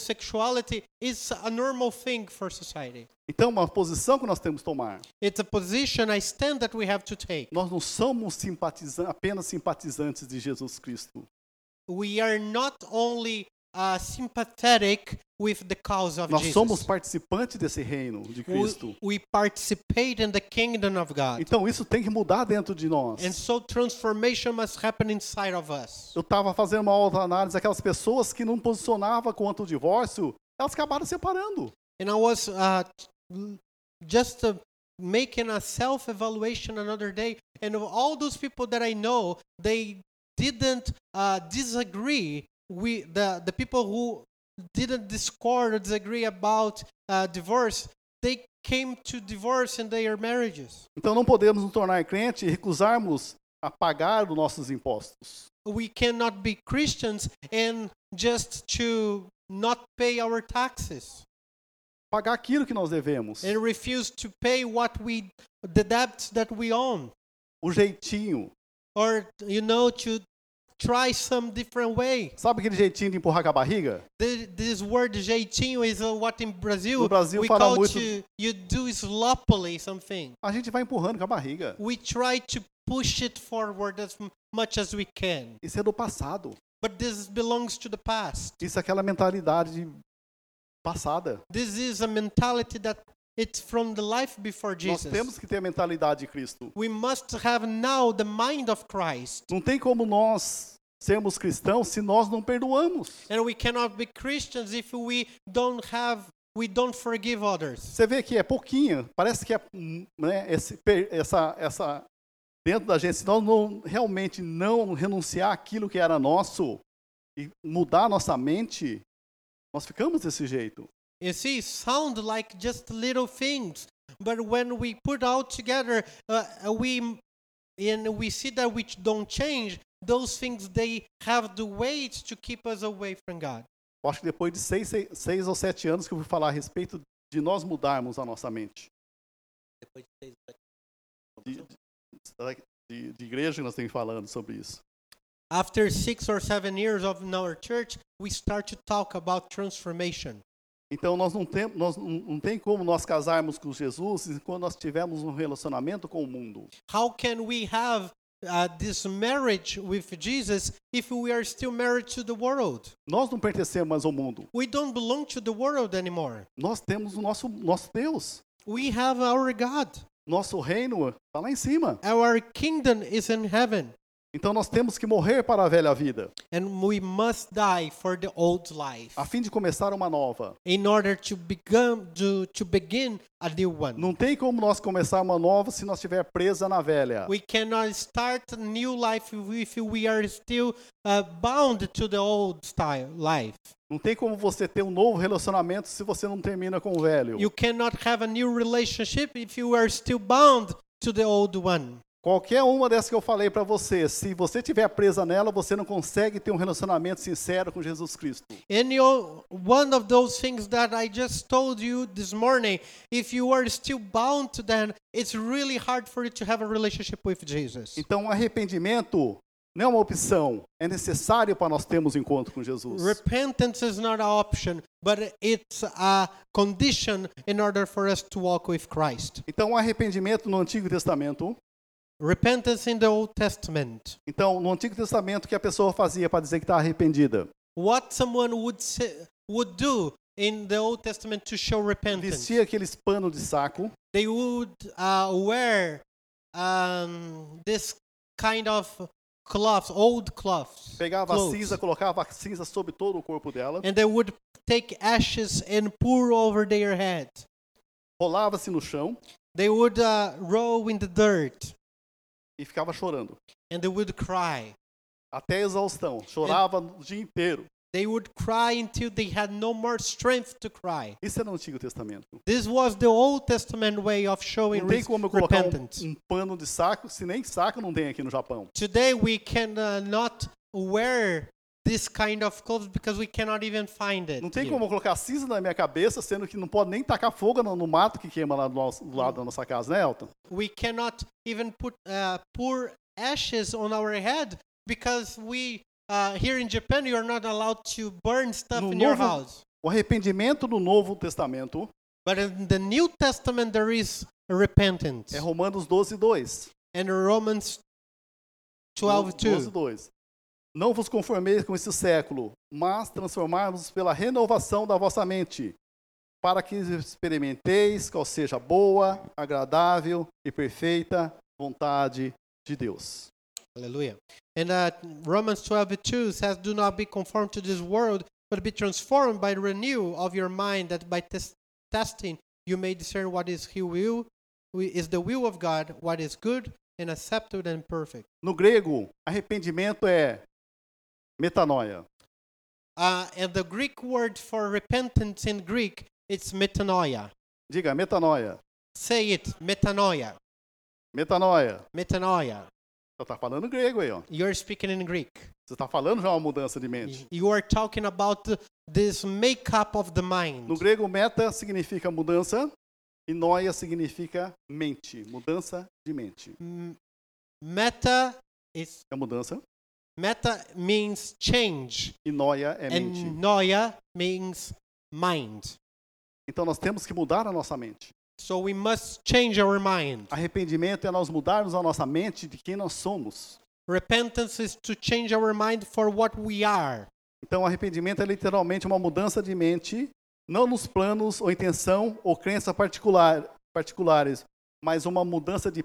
S1: homosexuality is a normal thing for society.
S2: Então, uma posição que nós temos que tomar.
S1: It's a position I stand that we have to take.
S2: Nós não somos simpatizan apenas simpatizantes de Jesus Cristo.
S1: We are not only uh, sympathetic with the cause of
S2: Nós
S1: Jesus.
S2: somos participantes desse reino de Cristo.
S1: we, we participate in the kingdom of God.
S2: Então, isso tem que mudar dentro de nós.
S1: And so transformation must happen inside of us.
S2: Eu estava fazendo uma outra análise, aquelas pessoas que não posicionavam contra o divórcio, elas acabaram separando.
S1: And I was uh, l- just uh, making a self evaluation another day, and of all those people that I know, they didn't uh, disagree with the, the people who didn't discord or disagree about uh, divorce. They came to divorce in their marriages.
S2: Então, não podemos nos tornar crente e recusarmos a pagar os nossos impostos.
S1: We cannot be Christians and just to not pay our taxes
S2: Pagar aquilo que nós devemos.
S1: and refuse to pay what we the debts that we own.
S2: O jeitinho.
S1: or you know to try some different way.
S2: Sabe aquele jeitinho de empurrar com a barriga?
S1: The, this word jeitinho is uh, what in Brazil,
S2: No Brasil
S1: we
S2: fala
S1: call
S2: muito-
S1: to you do sloppily something.
S2: A gente vai empurrando com a barriga.
S1: We try to push it forward as m- much as we can.
S2: Isso é do passado.
S1: But this belongs to the past.
S2: Isso é aquela mentalidade passada.
S1: This is a mentality that it's from the life before Jesus.
S2: Nós temos que ter a mentalidade de Cristo.
S1: We must have now the mind of Christ.
S2: Não tem como nós sermos cristãos se nós não perdoamos.
S1: And we cannot be Christians if we don't have we don't forgive others.
S2: Você vê que é pouquinho, parece que é hum, né, esse per- essa, essa dentro da gente. Se nós não realmente não renunciar àquilo que era nosso e mudar a nossa mente, nós ficamos desse jeito.
S1: You see, sound like just little things, but when we put all together, uh, uh, we and we see that we don't change those things. They have the weight to keep us away from God.
S2: Eu acho que depois de seis, seis, seis ou sete anos que eu vou falar a respeito de nós mudarmos a nossa mente. De, de, de igreja que nós estamos falando sobre isso.
S1: After six or seven years of in our church, we start to talk about transformation.
S2: Então nós não tem, nós não- não tem como nós casarmos com Jesus enquanto nós tivermos um relacionamento com o mundo.
S1: How can we have uh, this marriage with Jesus if we are still married to the world?
S2: Nós não pertencemos mais ao mundo.
S1: We don't belong to the world anymore.
S2: Nós temos o nosso nosso Deus.
S1: We have our God.
S2: Nosso reino está lá em cima.
S1: Our kingdom is in heaven,
S2: Então nós temos que morrer para a velha vida,
S1: and we must die for the old life
S2: a fim de começar uma nova.
S1: in order to become to, to begin a new one.
S2: Não tem como nós começar uma nova se nós estiver presa na velha.
S1: We cannot start a new life if we are still uh, bound to the old style life.
S2: Não tem como você ter um novo relacionamento se você não termina com o velho.
S1: You cannot have a new relationship if you are still bound to the old one.
S2: Qualquer uma dessas que eu falei para você, se você estiver presa nela, você não consegue ter um relacionamento sincero com Jesus Cristo.
S1: Any o- one of those things that I just told you this morning, if you are still bound to them, it's really hard for you to have a relationship with Jesus.
S2: Então, arrependimento não é uma opção, é necessário para nós termos encontro com Jesus.
S1: Repentance is not an option, but it's a condition in order for us to walk with Christ.
S2: Então, o arrependimento no Antigo Testamento.
S1: Repentance in the Old Testament.
S2: Então, no Antigo Testamento, o que a pessoa fazia para dizer que está arrependida?
S1: What someone would say, would do in the Old Testament to show repentance.
S2: Vestia aqueles pano de saco,
S1: they would uh, wear um, this kind of cloths, old cloths,
S2: pegava a
S1: clothes. É.
S2: cinza, colocava a cinza sobre todo o corpo dela,
S1: and they would take ashes and pour over their head.
S2: rolava-se no chão
S1: They would uh, roll in the dirt
S2: e ficava chorando.
S1: and they would cry
S2: Até a exaustão. Chorava o dia inteiro.
S1: They would cry until they had no more strength to cry.
S2: Isso era no Antigo Testamento.
S1: This was the Old Testament way of showing
S2: Não tem
S1: re-
S2: como eu colocar um,
S1: repentance.
S2: um pano de saco, se nem saco não tem aqui no Japão.
S1: Today we cannot not wear this kind of clothes because we cannot even find it.
S2: Não tem
S1: here.
S2: como eu colocar cinza na minha cabeça, sendo que não pode nem tacar fogo no, no mato que queima lá do, nosso- do lado da nossa casa, né, Elton?
S1: We cannot even put uh, pour ashes on our head because we uh, here in Japan you are not allowed to burn stuff
S2: No
S1: in your
S2: Novo-
S1: house.
S2: O arrependimento do Novo Testamento
S1: But in the New Testament there is repentance.
S2: é Romanos 12, 2.
S1: And Romans 12
S2: 12,
S1: 2.
S2: 2. Não vos conformeis com este século, mas transformai-vos pela renovação da vossa mente, para que experimenteis qual seja a boa, agradável e perfeita vontade de Deus.
S1: Hallelujah. And uh, Romans 12 2 says, Do not be conformed to this world, but be transformed by the renewal of your mind, that by tes- testing you may discern what is His will, wi- is the will of God, what is good and acceptable and perfect.
S2: No grego, arrependimento é metanoia.
S1: Uh, and the Greek word for repentance in Greek, it's metanoia.
S2: Diga, metanoia.
S1: Say it, metanoia.
S2: Metanoia.
S1: Metanoia.
S2: Você está falando grego aí, ó.
S1: You're speaking in Greek.
S2: Você está falando já uma mudança de mente.
S1: You are talking about th- this makeup of the mind.
S2: No grego, meta significa mudança e noia significa mente. Mudança de mente.
S1: M- Meta is
S2: É mudança
S1: meta means change,
S2: e noia é
S1: and
S2: mente.
S1: noia means mind.
S2: Então nós temos que mudar a nossa mente.
S1: So we must change our mind.
S2: Arrependimento é nós mudarmos a nossa mente de quem nós somos.
S1: Repentance is to change our mind for what we are.
S2: Então arrependimento é literalmente uma mudança de mente, não nos planos ou intenção ou crença particular, particulares, mas uma mudança de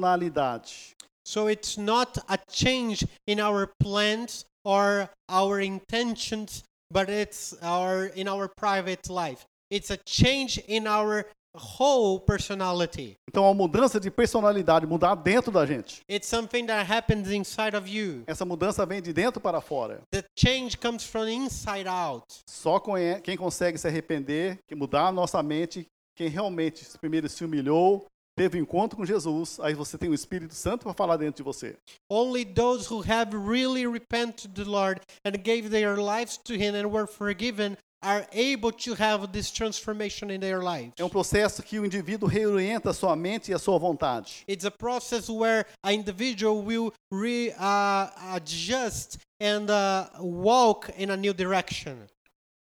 S2: personalidade.
S1: So it's not a change in our plans or our intentions, but it's our in our private life. It's a change in our whole personality.
S2: Então a mudança de personalidade, mudar dentro da gente.
S1: It's something that happens inside of you.
S2: Essa mudança vem de dentro para fora.
S1: The change comes from inside out.
S2: Só conhe- quem consegue se arrepender, que mudar a nossa mente, quem realmente primeiro se humilhou, teve um encontro com Jesus, aí você tem o Espírito Santo para falar dentro de você.
S1: Only those who have really repented to the Lord and gave their lives to Him and were forgiven are able to have this transformation in their lives.
S2: É um processo que o indivíduo reorienta a sua mente e a sua vontade.
S1: It's a process where an individual will re, uh, adjust and uh, walk in a new direction.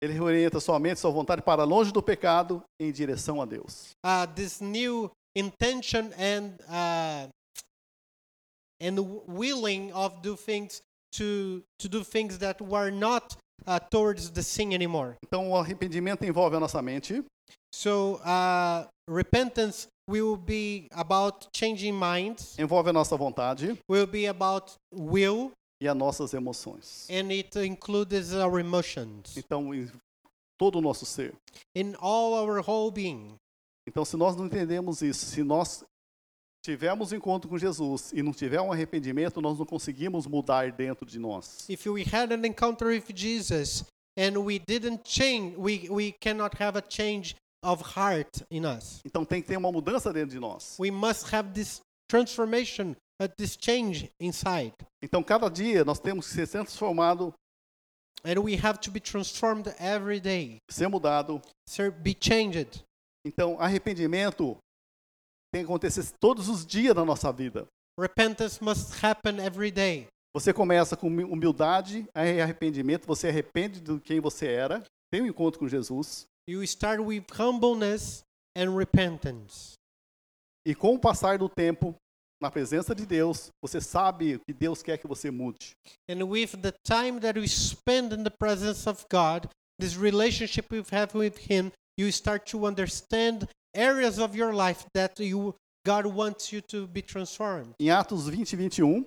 S2: Ele reorienta a sua mente e sua vontade para longe do pecado em direção a Deus.
S1: Uh, this new intention and uh, and w- willing of do things to to do things that were not uh, towards the sin anymore.
S2: Então o arrependimento envolve a nossa mente,
S1: So uh, repentance will be about changing minds,
S2: envolve a nossa vontade
S1: will be about will,
S2: e as nossas emoções.
S1: and it includes our emotions
S2: Então em todo o nosso ser.
S1: in all our whole being.
S2: Então, se nós não entendemos isso, se nós tivermos encontro com Jesus e não tiver um arrependimento, nós não conseguimos mudar dentro de nós.
S1: If we had an encounter with Jesus and we didn't change, we, we cannot have a change of heart in us.
S2: Então, tem que ter uma mudança dentro de nós.
S1: We must have this transformation, uh, this change inside.
S2: Então, cada dia nós temos que ser transformado,
S1: And we have to be transformed every day.
S2: ser mudado.
S1: So be changed.
S2: Então, arrependimento tem que acontecer todos os dias na nossa vida.
S1: Repentance must happen every day.
S2: Você começa com humi- humildade, aí é arrependimento, você arrepende de quem você era, tem um encontro com Jesus
S1: You start with humbleness and repentance.
S2: e com o passar do tempo, na presença de Deus, você sabe o que Deus quer que você mude.
S1: And with the time that we spend in the presence of God, this relationship we have with Him, you start to understand areas of your life that you God wants you to be transformed.
S2: Em Atos 20, 21,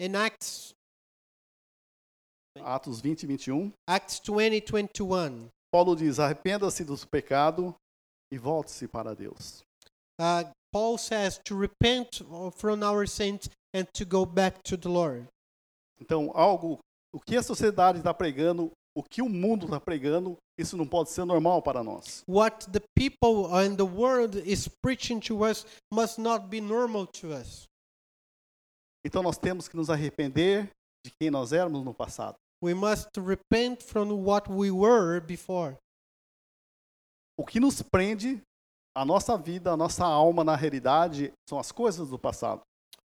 S1: In Acts
S2: Atos 20, 21,
S1: Acts 20, 21,
S2: Paulo diz: arrependa-se do pecado e volte-se para Deus.
S1: uh, Paul says to repent from our sins and to go back to the Lord.
S2: Então, algo, o que a sociedade está pregando o que o mundo está pregando, isso não pode ser normal para nós.
S1: What the people and the world is preaching to us must not be normal to us.
S2: Então nós temos que nos arrepender de quem nós éramos no passado.
S1: We must repent from what we were before.
S2: O que nos prende a nossa vida, a nossa alma na realidade são as coisas do passado.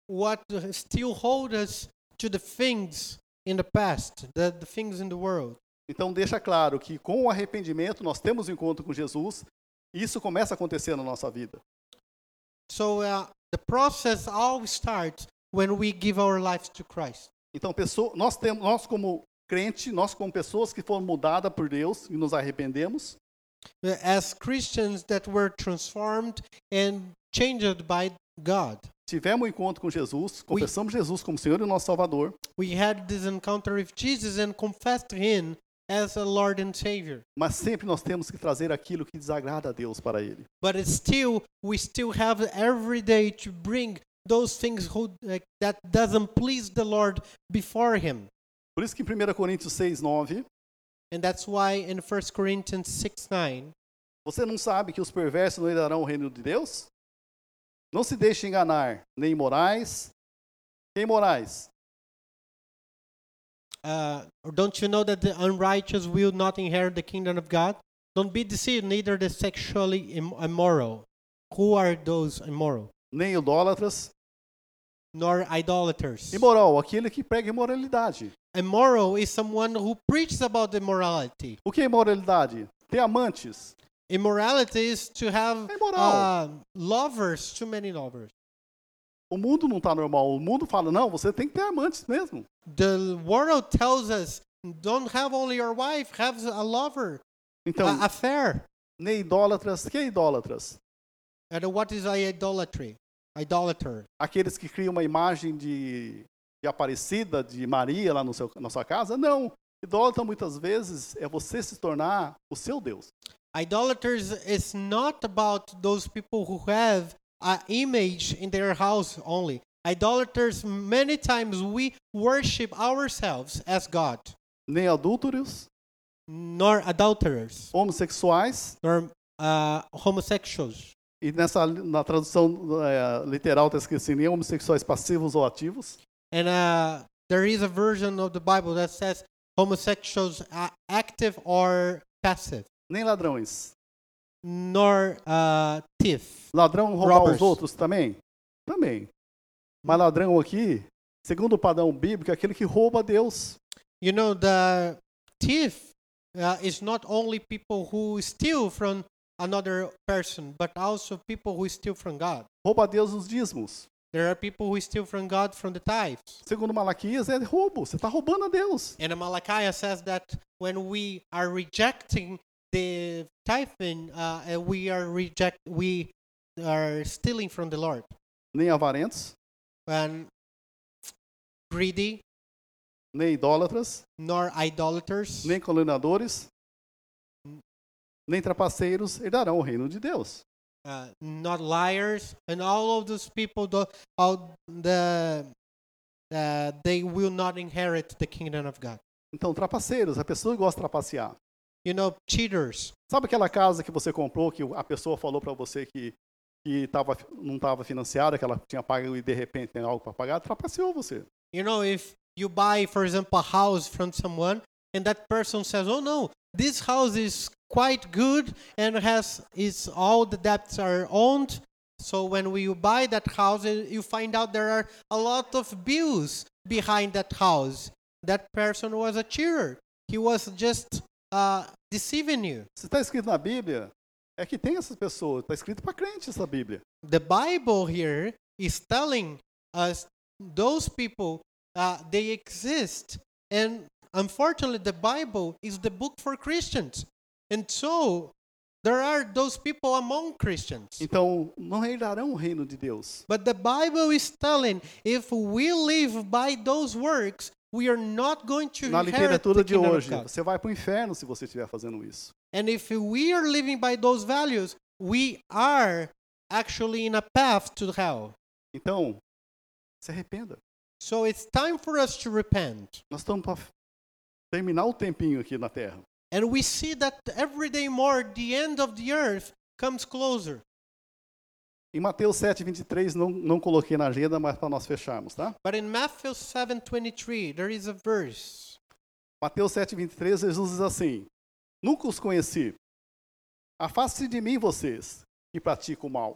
S1: What still hold us to the things in the past, the, the things in the world.
S2: Então deixa claro que com o arrependimento nós temos um encontro com Jesus, e isso começa a acontecer na nossa vida.
S1: So uh, the process always starts when we give our lives to Christ.
S2: Então pessoa, nós temos nós como crente, nós como pessoas que foram mudadas por Deus e nos arrependemos,
S1: Uh, As Christians that were transformed and changed by God,
S2: tivemos um encontro com Jesus, confessamos Jesus como Senhor e nosso Salvador,
S1: we had this encounter with Jesus and confessed Him as a Lord and Savior.
S2: mas sempre nós temos que trazer aquilo que desagrada a Deus para ele.
S1: But it's still, we still have every day to bring those things who, like, that doesn't please the Lord before Him.
S2: Por isso que em 1 Coríntios 6, 9,
S1: And that's why in 1 Corinthians 6 9,
S2: Você não sabe que os perversos não herdarão o reino de Deus? Não se deixe enganar, nem morais. Quem morais?
S1: uh, don't you know that the unrighteous will not inherit the kingdom of God? Don't be deceived, neither the sexually im- immoral. Who are those immoral?
S2: Nem idólatras.
S1: Nor idolaters.
S2: Imoral, aquele que prega imoralidade.
S1: Immoral is someone who preaches about immorality.
S2: O que é imoralidade? Ter amantes.
S1: Immorality is to have
S2: É imoral.
S1: uh, lovers, too many lovers.
S2: O mundo não está normal. O mundo fala, não, você tem que ter amantes mesmo.
S1: The world tells us don't have only your wife, have a lover,
S2: Então,
S1: a- affair.
S2: nem idólatras. Que é idólatras?
S1: And what is idolatry? Idolater.
S2: Aqueles que criam uma imagem de, de Aparecida, de Maria lá no seu, na sua casa? Não. Idólatra muitas vezes é você se tornar o seu Deus.
S1: Idolaters is not about those people who have an image in their house only. Idolaters, many times we worship ourselves as God,
S2: nem adúlteros,
S1: nor adulterers,
S2: homossexuais,
S1: nor uh, homosexuals.
S2: e nessa na tradução eh, literal está escrito assim, nem homossexuais passivos ou ativos,
S1: And uh, there is a version of the Bible that says homosexuals are active or passive,
S2: nem ladrões.
S1: nor uh, thief.
S2: Ladrão roubar
S1: Robbers.
S2: os outros também? Também. Mas ladrão aqui, segundo o padrão bíblico, é aquele que rouba a Deus.
S1: You know, the thief uh, is not only people who steal from another person, but also people who steal from God.
S2: Rouba a Deus os dízimos.
S1: There are people who steal from God from the tithes.
S2: Segundo Malaquias, é roubo. Você está roubando a Deus.
S1: And Malachi says that when we are rejecting the tithing, uh, uh, we are reject we are stealing from the Lord
S2: Nem avarentos,
S1: and greedy,
S2: nem idólatras,
S1: nor idolaters,
S2: nem colonadores, nem trapaceiros herdarão o reino de Deus.
S1: uh, not liars, and all of those people, do, all the uh, they will not inherit the kingdom of God.
S2: Então, trapaceiros, a pessoa que gosta de trapacear.
S1: You know, cheaters.
S2: Sabe aquela casa que você comprou que a pessoa falou para você que, que tava, não estava financiada, que ela tinha pago e de repente tem algo para pagar? Trapaceou você.
S1: You know, if you buy, for example, a house from someone, and that person says, "Oh no, this house is quite good and has is all the debts are owned." So when we- you buy that house, uh, you find out there are a lot of bills behind that house. That person was a cheater. He was just uh, deceiving you.
S2: Se está escrito na Bíblia, é que tem essas pessoas. Está escrito para crente essa Bíblia.
S1: the Bible here is telling us those people uh, they exist, and unfortunately, the Bible is the book for Christians, and so there are those people among Christians.
S2: Então, não herdarão o reino de Deus.
S1: But the Bible is telling if we live by those works, we are not going to
S2: Na
S1: inherit the
S2: literatura de
S1: kingdom of
S2: hoje,
S1: God.
S2: você vai para o inferno se você estiver fazendo isso.
S1: And if we are living by those values, we are actually in a path to hell.
S2: Então, se arrependa.
S1: So it's time for us to repent.
S2: Nós estamos para terminar o tempinho aqui na terra.
S1: And we see that every day more the end of the earth comes closer.
S2: Em Mateus 7, 23, não, não coloquei na agenda, mas para nós fecharmos, tá?
S1: But in Matthew 7:23 there is a verse.
S2: Mateus 7, 23, Jesus diz assim: Nunca os conheci. Afaste-se de mim, vocês que praticam o mal.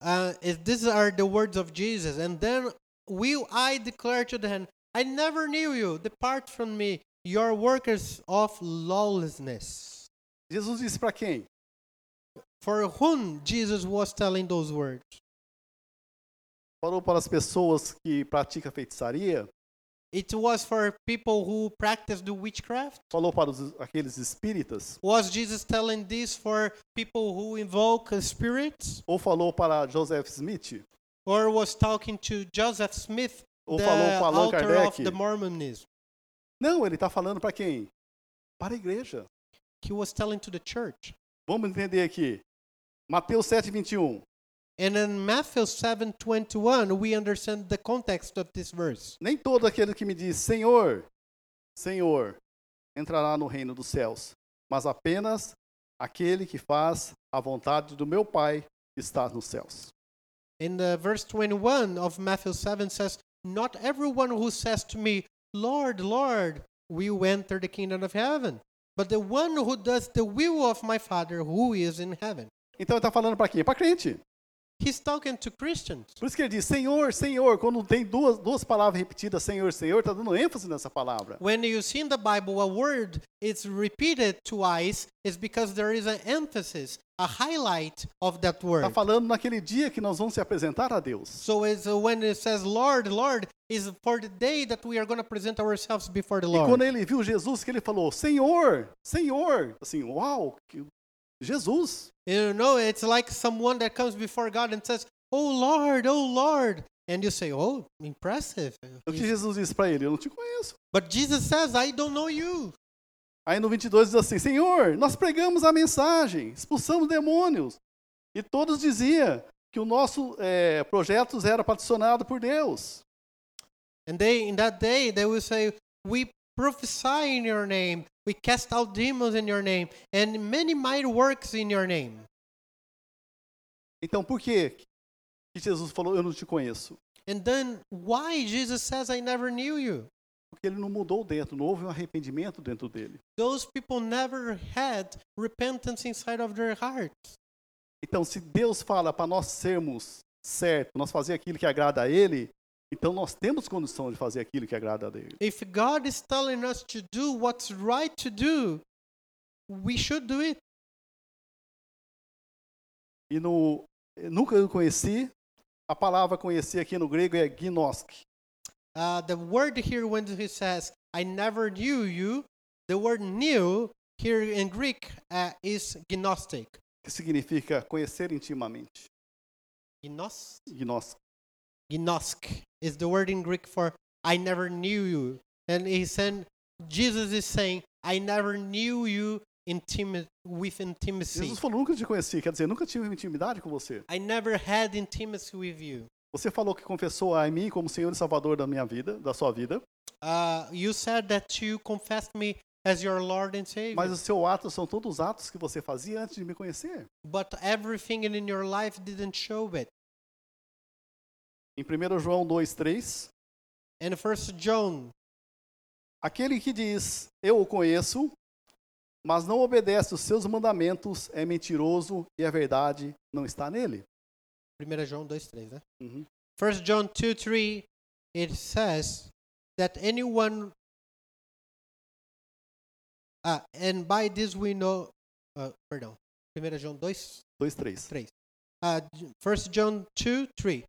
S1: Uh, if these are the words of Jesus, and then will I declare to them, I never knew you. Depart from me, your workers of lawlessness.
S2: Jesus disse para quem?
S1: For whom Jesus was telling those words?
S2: Falou para as pessoas que praticam feitiçaria?
S1: It was for people who practice the witchcraft.
S2: Falou para os, aqueles espíritas?
S1: Was Jesus telling this for people who invoke uh, spirits?
S2: Ou falou para Joseph Smith?
S1: Or was talking to Joseph Smith,
S2: Ou
S1: the
S2: falou para Allan
S1: author of
S2: Kardec?
S1: the Mormonism?
S2: Não, ele está falando para quem? Para a igreja.
S1: He was telling to the church.
S2: Vamos entender aqui. Mateus 7, 21.
S1: And in Matthew 7:21, we understand the context of this verse.
S2: Nem todo aquele que me diz Senhor, Senhor, entrará no reino dos céus, mas apenas aquele que faz a vontade do meu Pai que está nos céus.
S1: In the verse 21 of Matthew 7 says, "Not everyone who says to me, Lord, Lord, will enter the kingdom of heaven, but the one who does the will of my Father who is in heaven."
S2: Então ele está falando para quem? Para crente.
S1: He's talking to Christians.
S2: Por isso que ele diz Senhor, Senhor. Quando tem duas, duas palavras repetidas, Senhor, Senhor, está dando ênfase nessa palavra.
S1: When you see in the Bible a word it's repeated twice, it's because there is an emphasis, a highlight of that
S2: Está
S1: word.
S2: Tá falando naquele dia que nós vamos se apresentar a Deus.
S1: So it's uh, when it says Lord, Lord is for the day that we are going to present ourselves before the
S2: E quando
S1: Lord.
S2: ele viu Jesus, que ele falou Senhor, Senhor. Assim, uau, que- Jesus.
S1: You know, it's like someone that comes before God and says, "Oh Lord, oh Lord." And you say, "Oh, impressive."
S2: é O que Jesus disse para ele? Eu não te conheço.
S1: But Jesus says, "I don't know you."
S2: Aí no 22 diz assim: Senhor, nós pregamos a mensagem, expulsamos demônios. E todos diziam que o nosso eh, projeto era patrocinado por Deus.
S1: And they in that day they will say, "We prophesy in your name. We cast out demons in your name, and many mighty works in your name."
S2: Então por que que Jesus falou: Eu não te conheço?
S1: And then why Jesus says, "I never knew you."
S2: Porque ele não mudou dentro, não houve um arrependimento dentro dele.
S1: Those people never had repentance inside of their hearts.
S2: Então, se Deus fala para nós sermos certo, nós fazer aquilo que agrada a Ele, então nós temos condição de fazer aquilo que agrada a Ele.
S1: If God is telling us to do what's right to do, we should do it.
S2: E no nunca eu conheci, a palavra conhecer aqui no grego é gnosk.
S1: Uh, the word here when he says, "I never knew you," the word "knew" here in Greek uh, is gnostic.
S2: que significa conhecer intimamente.
S1: Gnos
S2: Gnóstico.
S1: Gnosk is the word in Greek for I never knew you. And he said, Jesus is saying, I never knew you intimi- with intimacy.
S2: Jesus falou, nunca te conheci, quer dizer, nunca tive intimidade com você.
S1: I never had intimacy with you.
S2: Você falou que confessou a mim como Senhor e Salvador da minha vida, da sua vida,
S1: Uh, you said that you confessed me as your Lord and Savior.
S2: mas os seus atos são todos os atos que você fazia antes de me conhecer.
S1: but everything in your life didn't show it.
S2: Em 1 João 2,3,
S1: And first John,
S2: aquele que diz, eu o conheço, mas não obedece os seus mandamentos, é mentiroso e a verdade não está nele.
S1: 1 João 2, 3, né?
S2: Uhum.
S1: First John 2, 3, it says that anyone Ah, and by this we know uh, perdão. 1 João 2,
S2: 2,3.
S1: 3. Uh, 1 John 2, 3.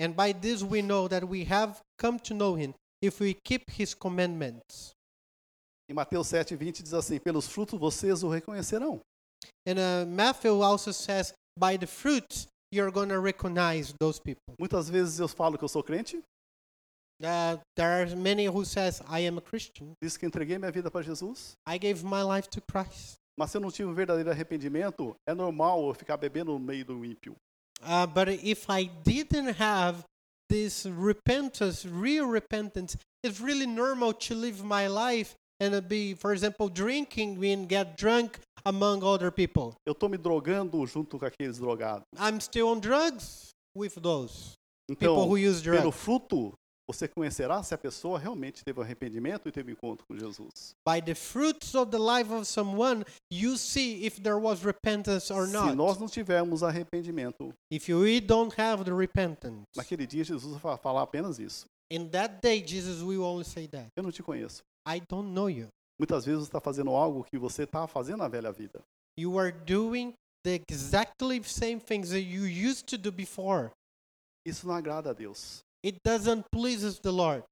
S1: And by this we know that we have come to know him if we keep his commandments.
S2: Em Mateus 7,20 diz assim, pelos frutos vocês o reconhecerão.
S1: And uh, Matthew also says by the fruits you're going to recognize those people.
S2: Muitas vezes eu falo que eu sou crente,
S1: Uh, there are many who says I am a Christian.
S2: disse que entreguei minha vida para Jesus,
S1: I gave my life to Christ.
S2: mas se eu não tive um verdadeiro arrependimento, é normal eu ficar bebendo no meio do ímpio.
S1: Uh, but if I didn't have this repentance, real repentance it's really normal to live my life and uh, be, for example, drinking and get drunk among other people.
S2: Eu estou me drogando junto com aqueles drogados.
S1: I'm still on drugs with those people
S2: Então,
S1: who use
S2: pelo
S1: drugs.
S2: fruto, você conhecerá se a pessoa realmente teve arrependimento e teve encontro com Jesus.
S1: By the fruits of the life of someone, you see if there was repentance or
S2: Se nós
S1: not.
S2: não tivermos arrependimento,
S1: If we don't have the repentance,
S2: naquele dia Jesus vai fa- falar apenas isso.
S1: in that day, Jesus will only say that
S2: Eu não te conheço.
S1: I don't know you.
S2: Muitas vezes você está fazendo algo que você está fazendo na velha vida.
S1: You are doing the exactly same things that you used to do before.
S2: Isso não agrada a Deus.
S1: It doesn't please the Lord.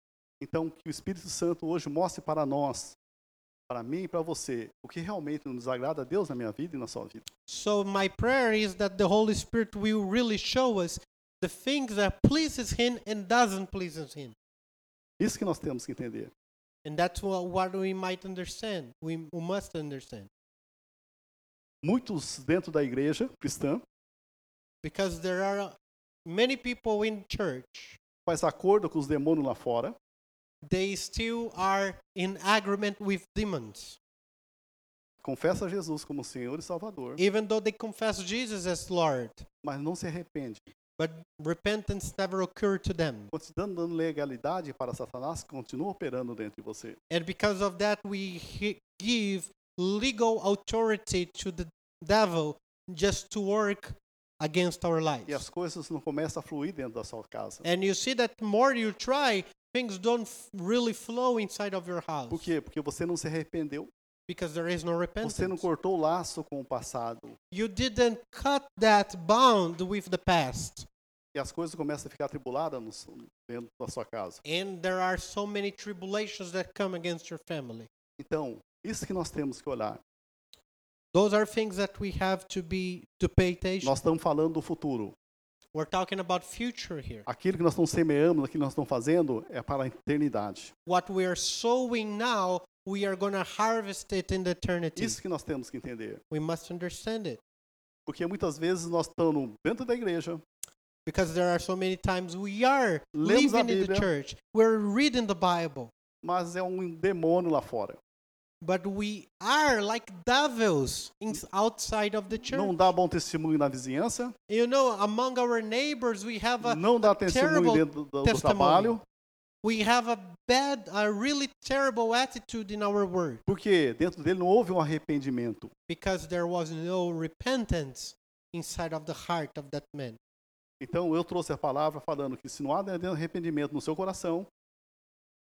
S2: Então, que o Espírito Santo hoje mostre para nós, para mim e para você, o que realmente nos agrada a Deus na minha vida e na sua vida.
S1: So my prayer is that the Holy Spirit will really show us the things that pleases Him and doesn't pleases Him,
S2: Isso que nós temos que entender.
S1: and that's what, what we might understand. We, we must understand
S2: Muitos dentro da igreja cristã
S1: because there are many people in church.
S2: faz acordo com os demônios lá fora
S1: They still are in agreement with demons,
S2: confessa Jesus como Senhor e Salvador,
S1: even though they confess Jesus as Lord.
S2: mas não se arrepende,
S1: But repentance never occurred to them,
S2: continuando dando legalidade para Satanás que continua operando dentro de você.
S1: and because of that, we he- give legal authority to the devil just to work against our lives.
S2: E as coisas não começam a fluir dentro da sua casa.
S1: And you see that more you try, things don't f- really flow inside of your house
S2: Por quê? Porque você não se arrependeu,
S1: because there is
S2: você
S1: no
S2: não
S1: repentance.
S2: cortou o laço com o passado.
S1: You didn't cut that bond with the past,
S2: E as coisas começam a ficar atribuladas no su- dentro da sua casa.
S1: and there are so many tribulations that come against your family.
S2: Então, isso que nós temos que olhar.
S1: Those are things that we have to be to pay attention.
S2: Nós estamos falando do futuro.
S1: We're talking about future here.
S2: Aquilo que nós estamos semeando, aquilo que nós estamos fazendo é para a eternidade.
S1: What we are sowing now, we are going to harvest it in the eternity.
S2: Isso que nós temos que entender.
S1: We must understand it
S2: Porque muitas vezes nós estamos dentro da igreja,
S1: because there are so many times we are
S2: Lemos a
S1: living in the
S2: Bíblia.
S1: church. We're reading the Bible.
S2: mas é um demônio lá fora.
S1: But we are like devils in, outside of the church.
S2: Não dá bom testemunho na vizinhança,
S1: You know, among our neighbors, we have a
S2: não dá
S1: terrible
S2: testemunho dentro do, do
S1: testimony.
S2: trabalho,
S1: we have a bad, a really terrible attitude in our work
S2: porque dentro dele não houve um arrependimento.
S1: because there was no repentance inside of the heart of that man.
S2: Então eu trouxe a palavra falando que se não há arrependimento no seu coração,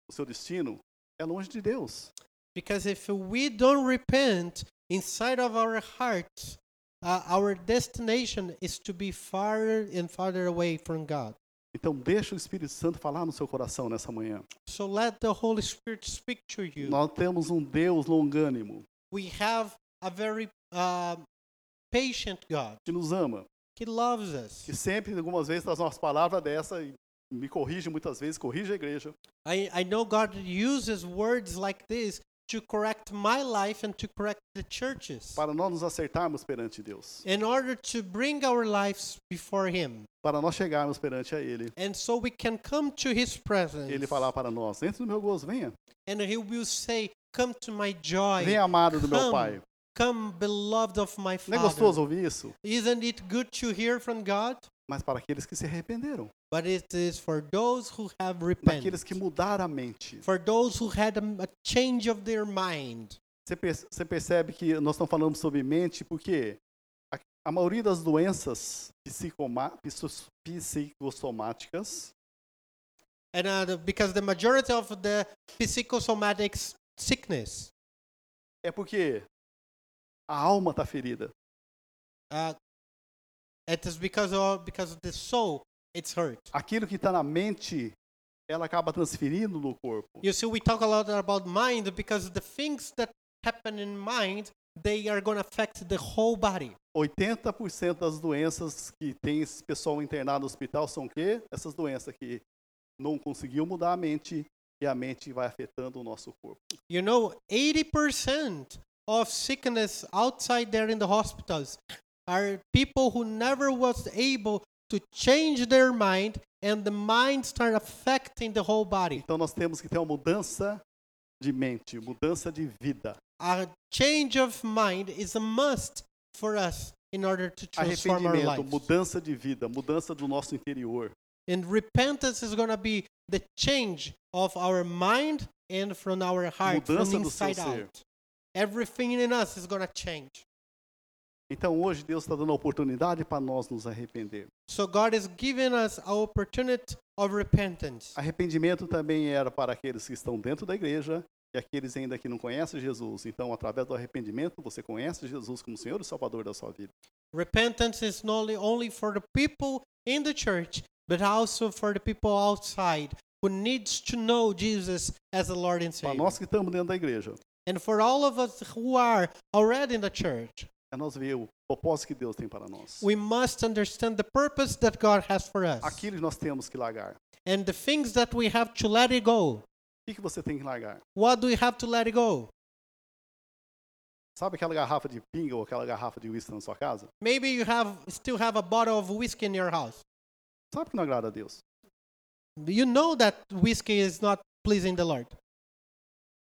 S2: o seu destino é longe de Deus.
S1: Because if we don't repent inside of our hearts, uh, our destination is to be farther and farther away from God.
S2: Então deixa o Espírito Santo falar no seu coração nessa manhã.
S1: So let the Holy Spirit speak to you.
S2: Nós temos um Deus longânimo
S1: we have a very uh, patient God.
S2: que nos ama,
S1: He loves us.
S2: que sempre, algumas vezes, traz uma palavra dessa e me corrige muitas vezes, corrige a igreja.
S1: I, I know God uses words like this to correct my life and to correct the churches
S2: para nós nos acertarmos perante Deus,
S1: in order to bring our lives before Him.
S2: para nós chegarmos perante a Ele.
S1: And so we can come to His presence.
S2: Ele falar para nós: entre no meu gozo, venha,
S1: And He will say, Come to my joy.
S2: venha amado do meu
S1: Come,
S2: Pai.
S1: come, beloved of
S2: Não
S1: my
S2: é
S1: Father.
S2: gostoso ouvir isso?
S1: Isn't it good to hear from God?
S2: Mas para aqueles que se arrependeram,
S1: But it is for those who have repented.
S2: daqueles que mudaram a mente.
S1: for those who had a, a change of their mind.
S2: Você per- você percebe que nós estamos falando sobre mente porque a, a maioria das doenças psicoma- psico- psicossomáticas
S1: And uh, the- because the majority of the psychosomatic s- sickness,
S2: é porque a alma está ferida.
S1: uh, it is because of because the soul it's hurt.
S2: Aquilo que está na mente, ela acaba transferindo no corpo.
S1: You see, we talk a lot about mind because the things that happen in mind they are gonna affect the whole body.
S2: 80% das doenças que tem esse pessoal internado no hospital são o quê? Essas doenças que não conseguiu mudar a mente e a mente vai afetando o nosso corpo.
S1: You know, 80% of sickness outside there in the hospitals are people who never was able to change their mind and the mind start affecting the whole body.
S2: Então nós temos que ter uma mudança de mente, mudança de vida.
S1: A change of mind is a must for us in order to transform our
S2: Arrependimento,
S1: lives.
S2: mudança de vida, mudança do nosso interior.
S1: And repentance is going to be the change of our mind and from our heart,
S2: Mudança
S1: from
S2: do seu
S1: inside
S2: ser.
S1: out. Everything in us is going to change.
S2: Então hoje Deus está dando a oportunidade para nós nos arrepender.
S1: So God is giving us an opportunity of repentance.
S2: Arrependimento também era para aqueles que estão dentro da igreja e aqueles ainda que não conhecem Jesus. Então, através do arrependimento, você conhece Jesus como Senhor e Salvador da sua vida.
S1: Repentance is not only- only for the people in the church, but also for the people outside who needs to know Jesus as the Lord and
S2: Para
S1: Savior.
S2: nós que estamos dentro da igreja,
S1: And for all of us who are already in the church,
S2: é nós ver o propósito que Deus tem para nós.
S1: we must understand the purpose that God has for us
S2: Aquilo que nós temos que largar.
S1: and the things that we have to let it go.
S2: O que, que você tem que largar?
S1: What do we have to let it go?
S2: Sabe aquela garrafa de pinga ou aquela garrafa de whisky na sua casa?
S1: Maybe you have still have a bottle of whiskey in your house.
S2: Sabe que não agrada a Deus?
S1: You know that whiskey is not pleasing the Lord.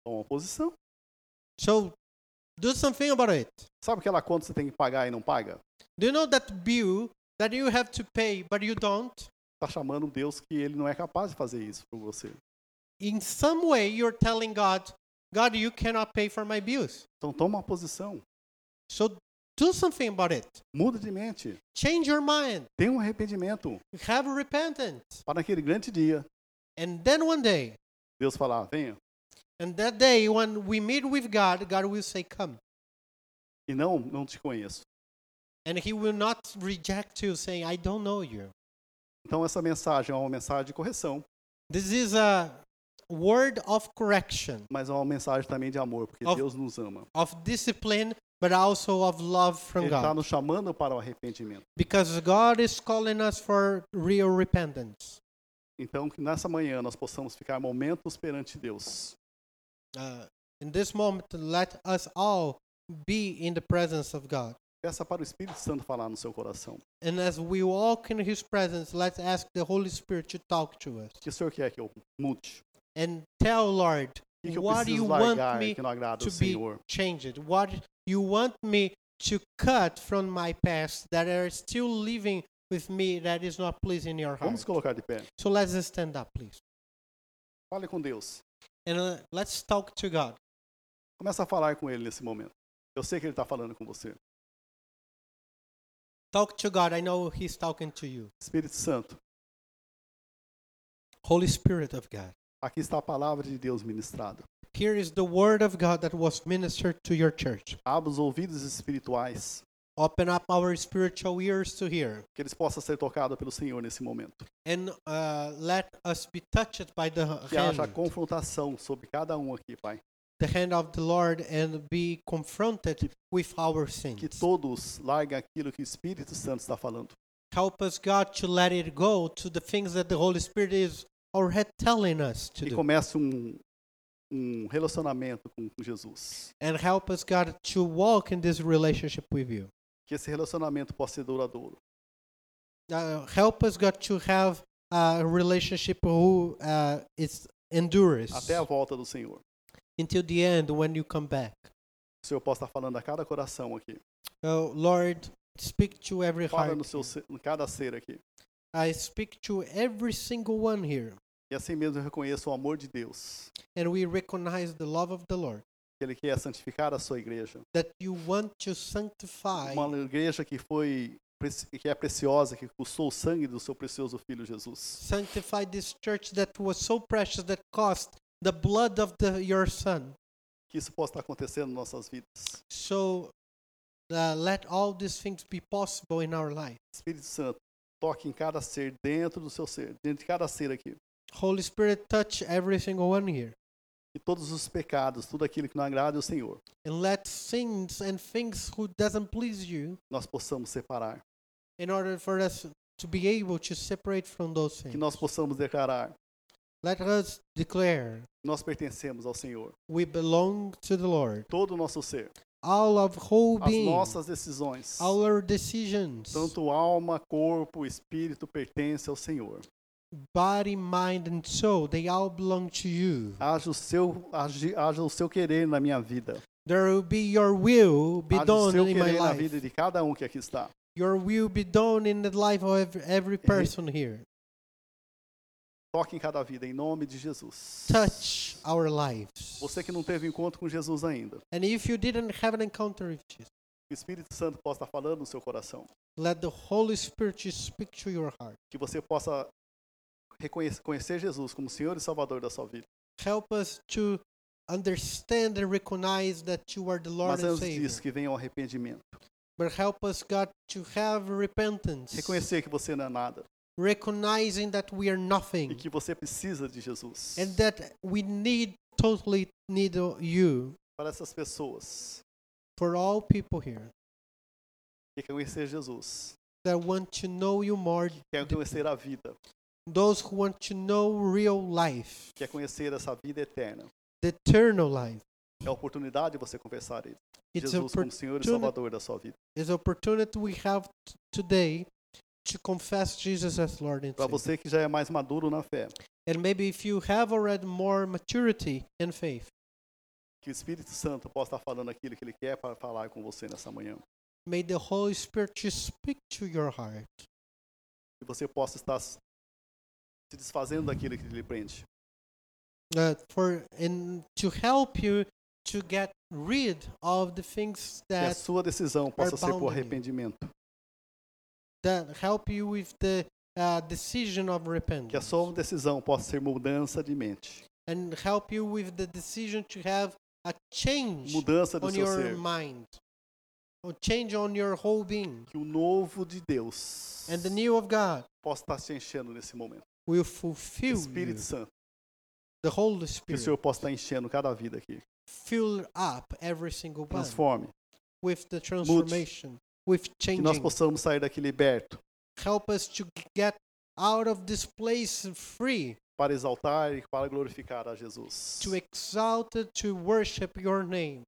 S2: Toma Então, uma posição.
S1: So do something about it.
S2: Sabe aquela conta que você tem que pagar e não paga?
S1: Do you know that bill that you have to pay but you don't?
S2: Está Tá chamando Deus que ele não é capaz de fazer isso por você.
S1: In some way you're telling God, God, you cannot pay for my bills.
S2: Então toma uma posição.
S1: So do something about it.
S2: Muda de mente.
S1: Change your mind.
S2: Tenha um arrependimento.
S1: Have repentance.
S2: Para naquele grande dia,
S1: And then one day,
S2: Deus falar, venha.
S1: and that day when we meet with God, God will say, Come.
S2: E não, não te conheço.
S1: And he will not reject you saying, I don't know you.
S2: Então essa mensagem é uma mensagem de correção,
S1: This is a word of correction,
S2: mas é uma mensagem também de amor, porque
S1: Of-
S2: Deus nos ama.
S1: of discipline, but also of love from
S2: Ele está
S1: God.
S2: nos chamando para o arrependimento.
S1: Because God is calling us for real repentance.
S2: Então que nessa manhã nós possamos ficar momentos perante Deus.
S1: Uh, in this moment, let us all be in the presence of God.
S2: Peça para o Espírito Santo falar no seu coração.
S1: And as we walk in His presence, let's ask the Holy Spirit to talk to us
S2: O que o Senhor quer que eu mude?
S1: and tell, Lord,
S2: O que, que eu
S1: what do you
S2: preciso
S1: want
S2: largar
S1: me
S2: que não agrada
S1: to
S2: ao
S1: be
S2: Senhor?
S1: changed? What you want me to cut from my past that are still living with me that is not pleasing your heart?
S2: Vamos colocar de pé.
S1: So let's stand up, please.
S2: Fale com Deus.
S1: And uh, let's talk to God.
S2: Começa a falar com Ele nesse momento. Eu sei que Ele está falando com você.
S1: Talk to God. I know He's talking to you.
S2: Espírito Santo,
S1: Holy Spirit of God.
S2: aqui está a palavra de Deus ministrada.
S1: Here is the word of God that was ministered to your church.
S2: Abra os ouvidos espirituais,
S1: Open up our spiritual ears to hear,
S2: que eles possam ser tocados pelo Senhor nesse momento.
S1: and uh, let us be touched by the
S2: Que haja
S1: hand,
S2: confrontação sobre cada um aqui, Pai.
S1: the hand of the Lord and be confronted with our
S2: Que
S1: sins.
S2: todos larguem aquilo que o Espírito Santo está falando.
S1: Help us, God, to let it go to the things that the Holy Spirit is already telling us to
S2: E
S1: do.
S2: comece um, um relacionamento com com Jesus.
S1: And help us, God, to walk in this relationship with you.
S2: Que esse relacionamento possa ser duradouro.
S1: uh, help us God to have a relationship who uh, is endures
S2: Até a volta do Senhor.
S1: until the end when you come back.
S2: O Senhor possa estar falando a cada coração aqui.
S1: Oh Lord, speak to every
S2: Fala
S1: heart.
S2: no seu, ser- em cada ser aqui.
S1: I speak to every single one here,
S2: E assim mesmo eu reconheço o amor de Deus.
S1: and we recognize the love of the Lord
S2: Que Ele quer santificar a sua igreja.
S1: that you want to sanctify
S2: Uma igreja que foi preci- que é preciosa, que custou o sangue do seu precioso filho Jesus.
S1: sanctify this church that was so precious that cost the blood of the, your son.
S2: Que isso possa estar acontecendo em nossas vidas.
S1: So uh, let all these things be possible in our life.
S2: Espírito Santo, toque em cada ser dentro do seu ser, dentro de cada ser aqui.
S1: Holy Spirit, touch every single one here.
S2: E todos os pecados, tudo aquilo que não agrada ao Senhor,
S1: and let sins and things who doesn't please you
S2: nós possamos separar.
S1: in order for us to be able to separate from those
S2: Que
S1: things
S2: nós possamos declarar
S1: let us declare
S2: que nós pertencemos ao Senhor.
S1: we belong to the lord
S2: Todo o nosso ser,
S1: all of whole
S2: as
S1: being
S2: nossas decisões,
S1: all our decisions
S2: tanto alma, corpo, espírito pertence ao Senhor.
S1: body, mind, and soul, they all belong to you.
S2: Haja o seu, agi- haja o seu querer na minha vida.
S1: There will be your will be
S2: Haja o
S1: done
S2: seu
S1: in my
S2: querer na vida
S1: life.
S2: de cada um que aqui está.
S1: Your will be done in the life of every, every person here.
S2: Toque em cada vida, em nome de Jesus.
S1: Touch our lives.
S2: Você que não teve encontro com Jesus ainda,
S1: And if you didn't have an encounter with Jesus,
S2: que o Espírito Santo possa estar falando no seu coração.
S1: let the Holy Spirit just speak to your heart.
S2: Que você possa reconhecer conhecer Jesus como Senhor e Salvador da sua vida.
S1: Help us to understand and recognize that you are the Lord
S2: Mas
S1: and
S2: antes
S1: Savior.
S2: disso, que venha o arrependimento.
S1: But help us, God, to have repentance,
S2: Reconhecer que você não é nada
S1: recognizing that we are
S2: e
S1: nothing
S2: que você precisa de Jesus.
S1: and that we need totally need o- you
S2: Para essas pessoas
S1: for all people here
S2: que querem conhecer Jesus,
S1: that want to know you more,
S2: querem conhecer a vida,
S1: those who want to know real life,
S2: quer conhecer essa vida eterna.
S1: the eternal life.
S2: É a oportunidade de você confessar ele.
S1: It's
S2: Jesus
S1: oppor-
S2: como Senhor e
S1: opportuni-
S2: Salvador da sua vida.
S1: is opportunity we have t- today to confess Jesus as Lord and
S2: Para
S1: Savior.
S2: você que já é mais maduro na fé,
S1: And maybe if you have already more maturity and faith,
S2: que o Espírito Santo possa estar falando aquilo que ele quer para falar com você nessa manhã.
S1: may the Holy Spirit just speak to your heart.
S2: Que você possa estar se desfazendo daquilo que lhe prende.
S1: uh, for and to help you to get rid of the things
S2: Que a
S1: that
S2: sua decisão possa ser
S1: bound in
S2: por
S1: you.
S2: arrependimento.
S1: that help you with the uh, decision of
S2: Que um a
S1: repentance
S2: sua decisão possa ser mudança de mente.
S1: and help you with the decision to have a change
S2: Mudança do
S1: on
S2: seu
S1: your
S2: ser.
S1: mind a change on your whole being
S2: Que o novo de Deus
S1: and the new of God
S2: possa estar se enchendo nesse momento.
S1: will fulfill you,
S2: Espírito Santo,
S1: the Holy
S2: que o
S1: Spirit
S2: Senhor possa estar enchendo cada vida aqui.
S1: fill up every single one
S2: Transforme.
S1: with the transformation with
S2: Que nós
S1: changing
S2: possamos sair daqui liberto
S1: help us to get out of this place free
S2: para exaltar e para glorificar a Jesus.
S1: to exalt it, to worship your name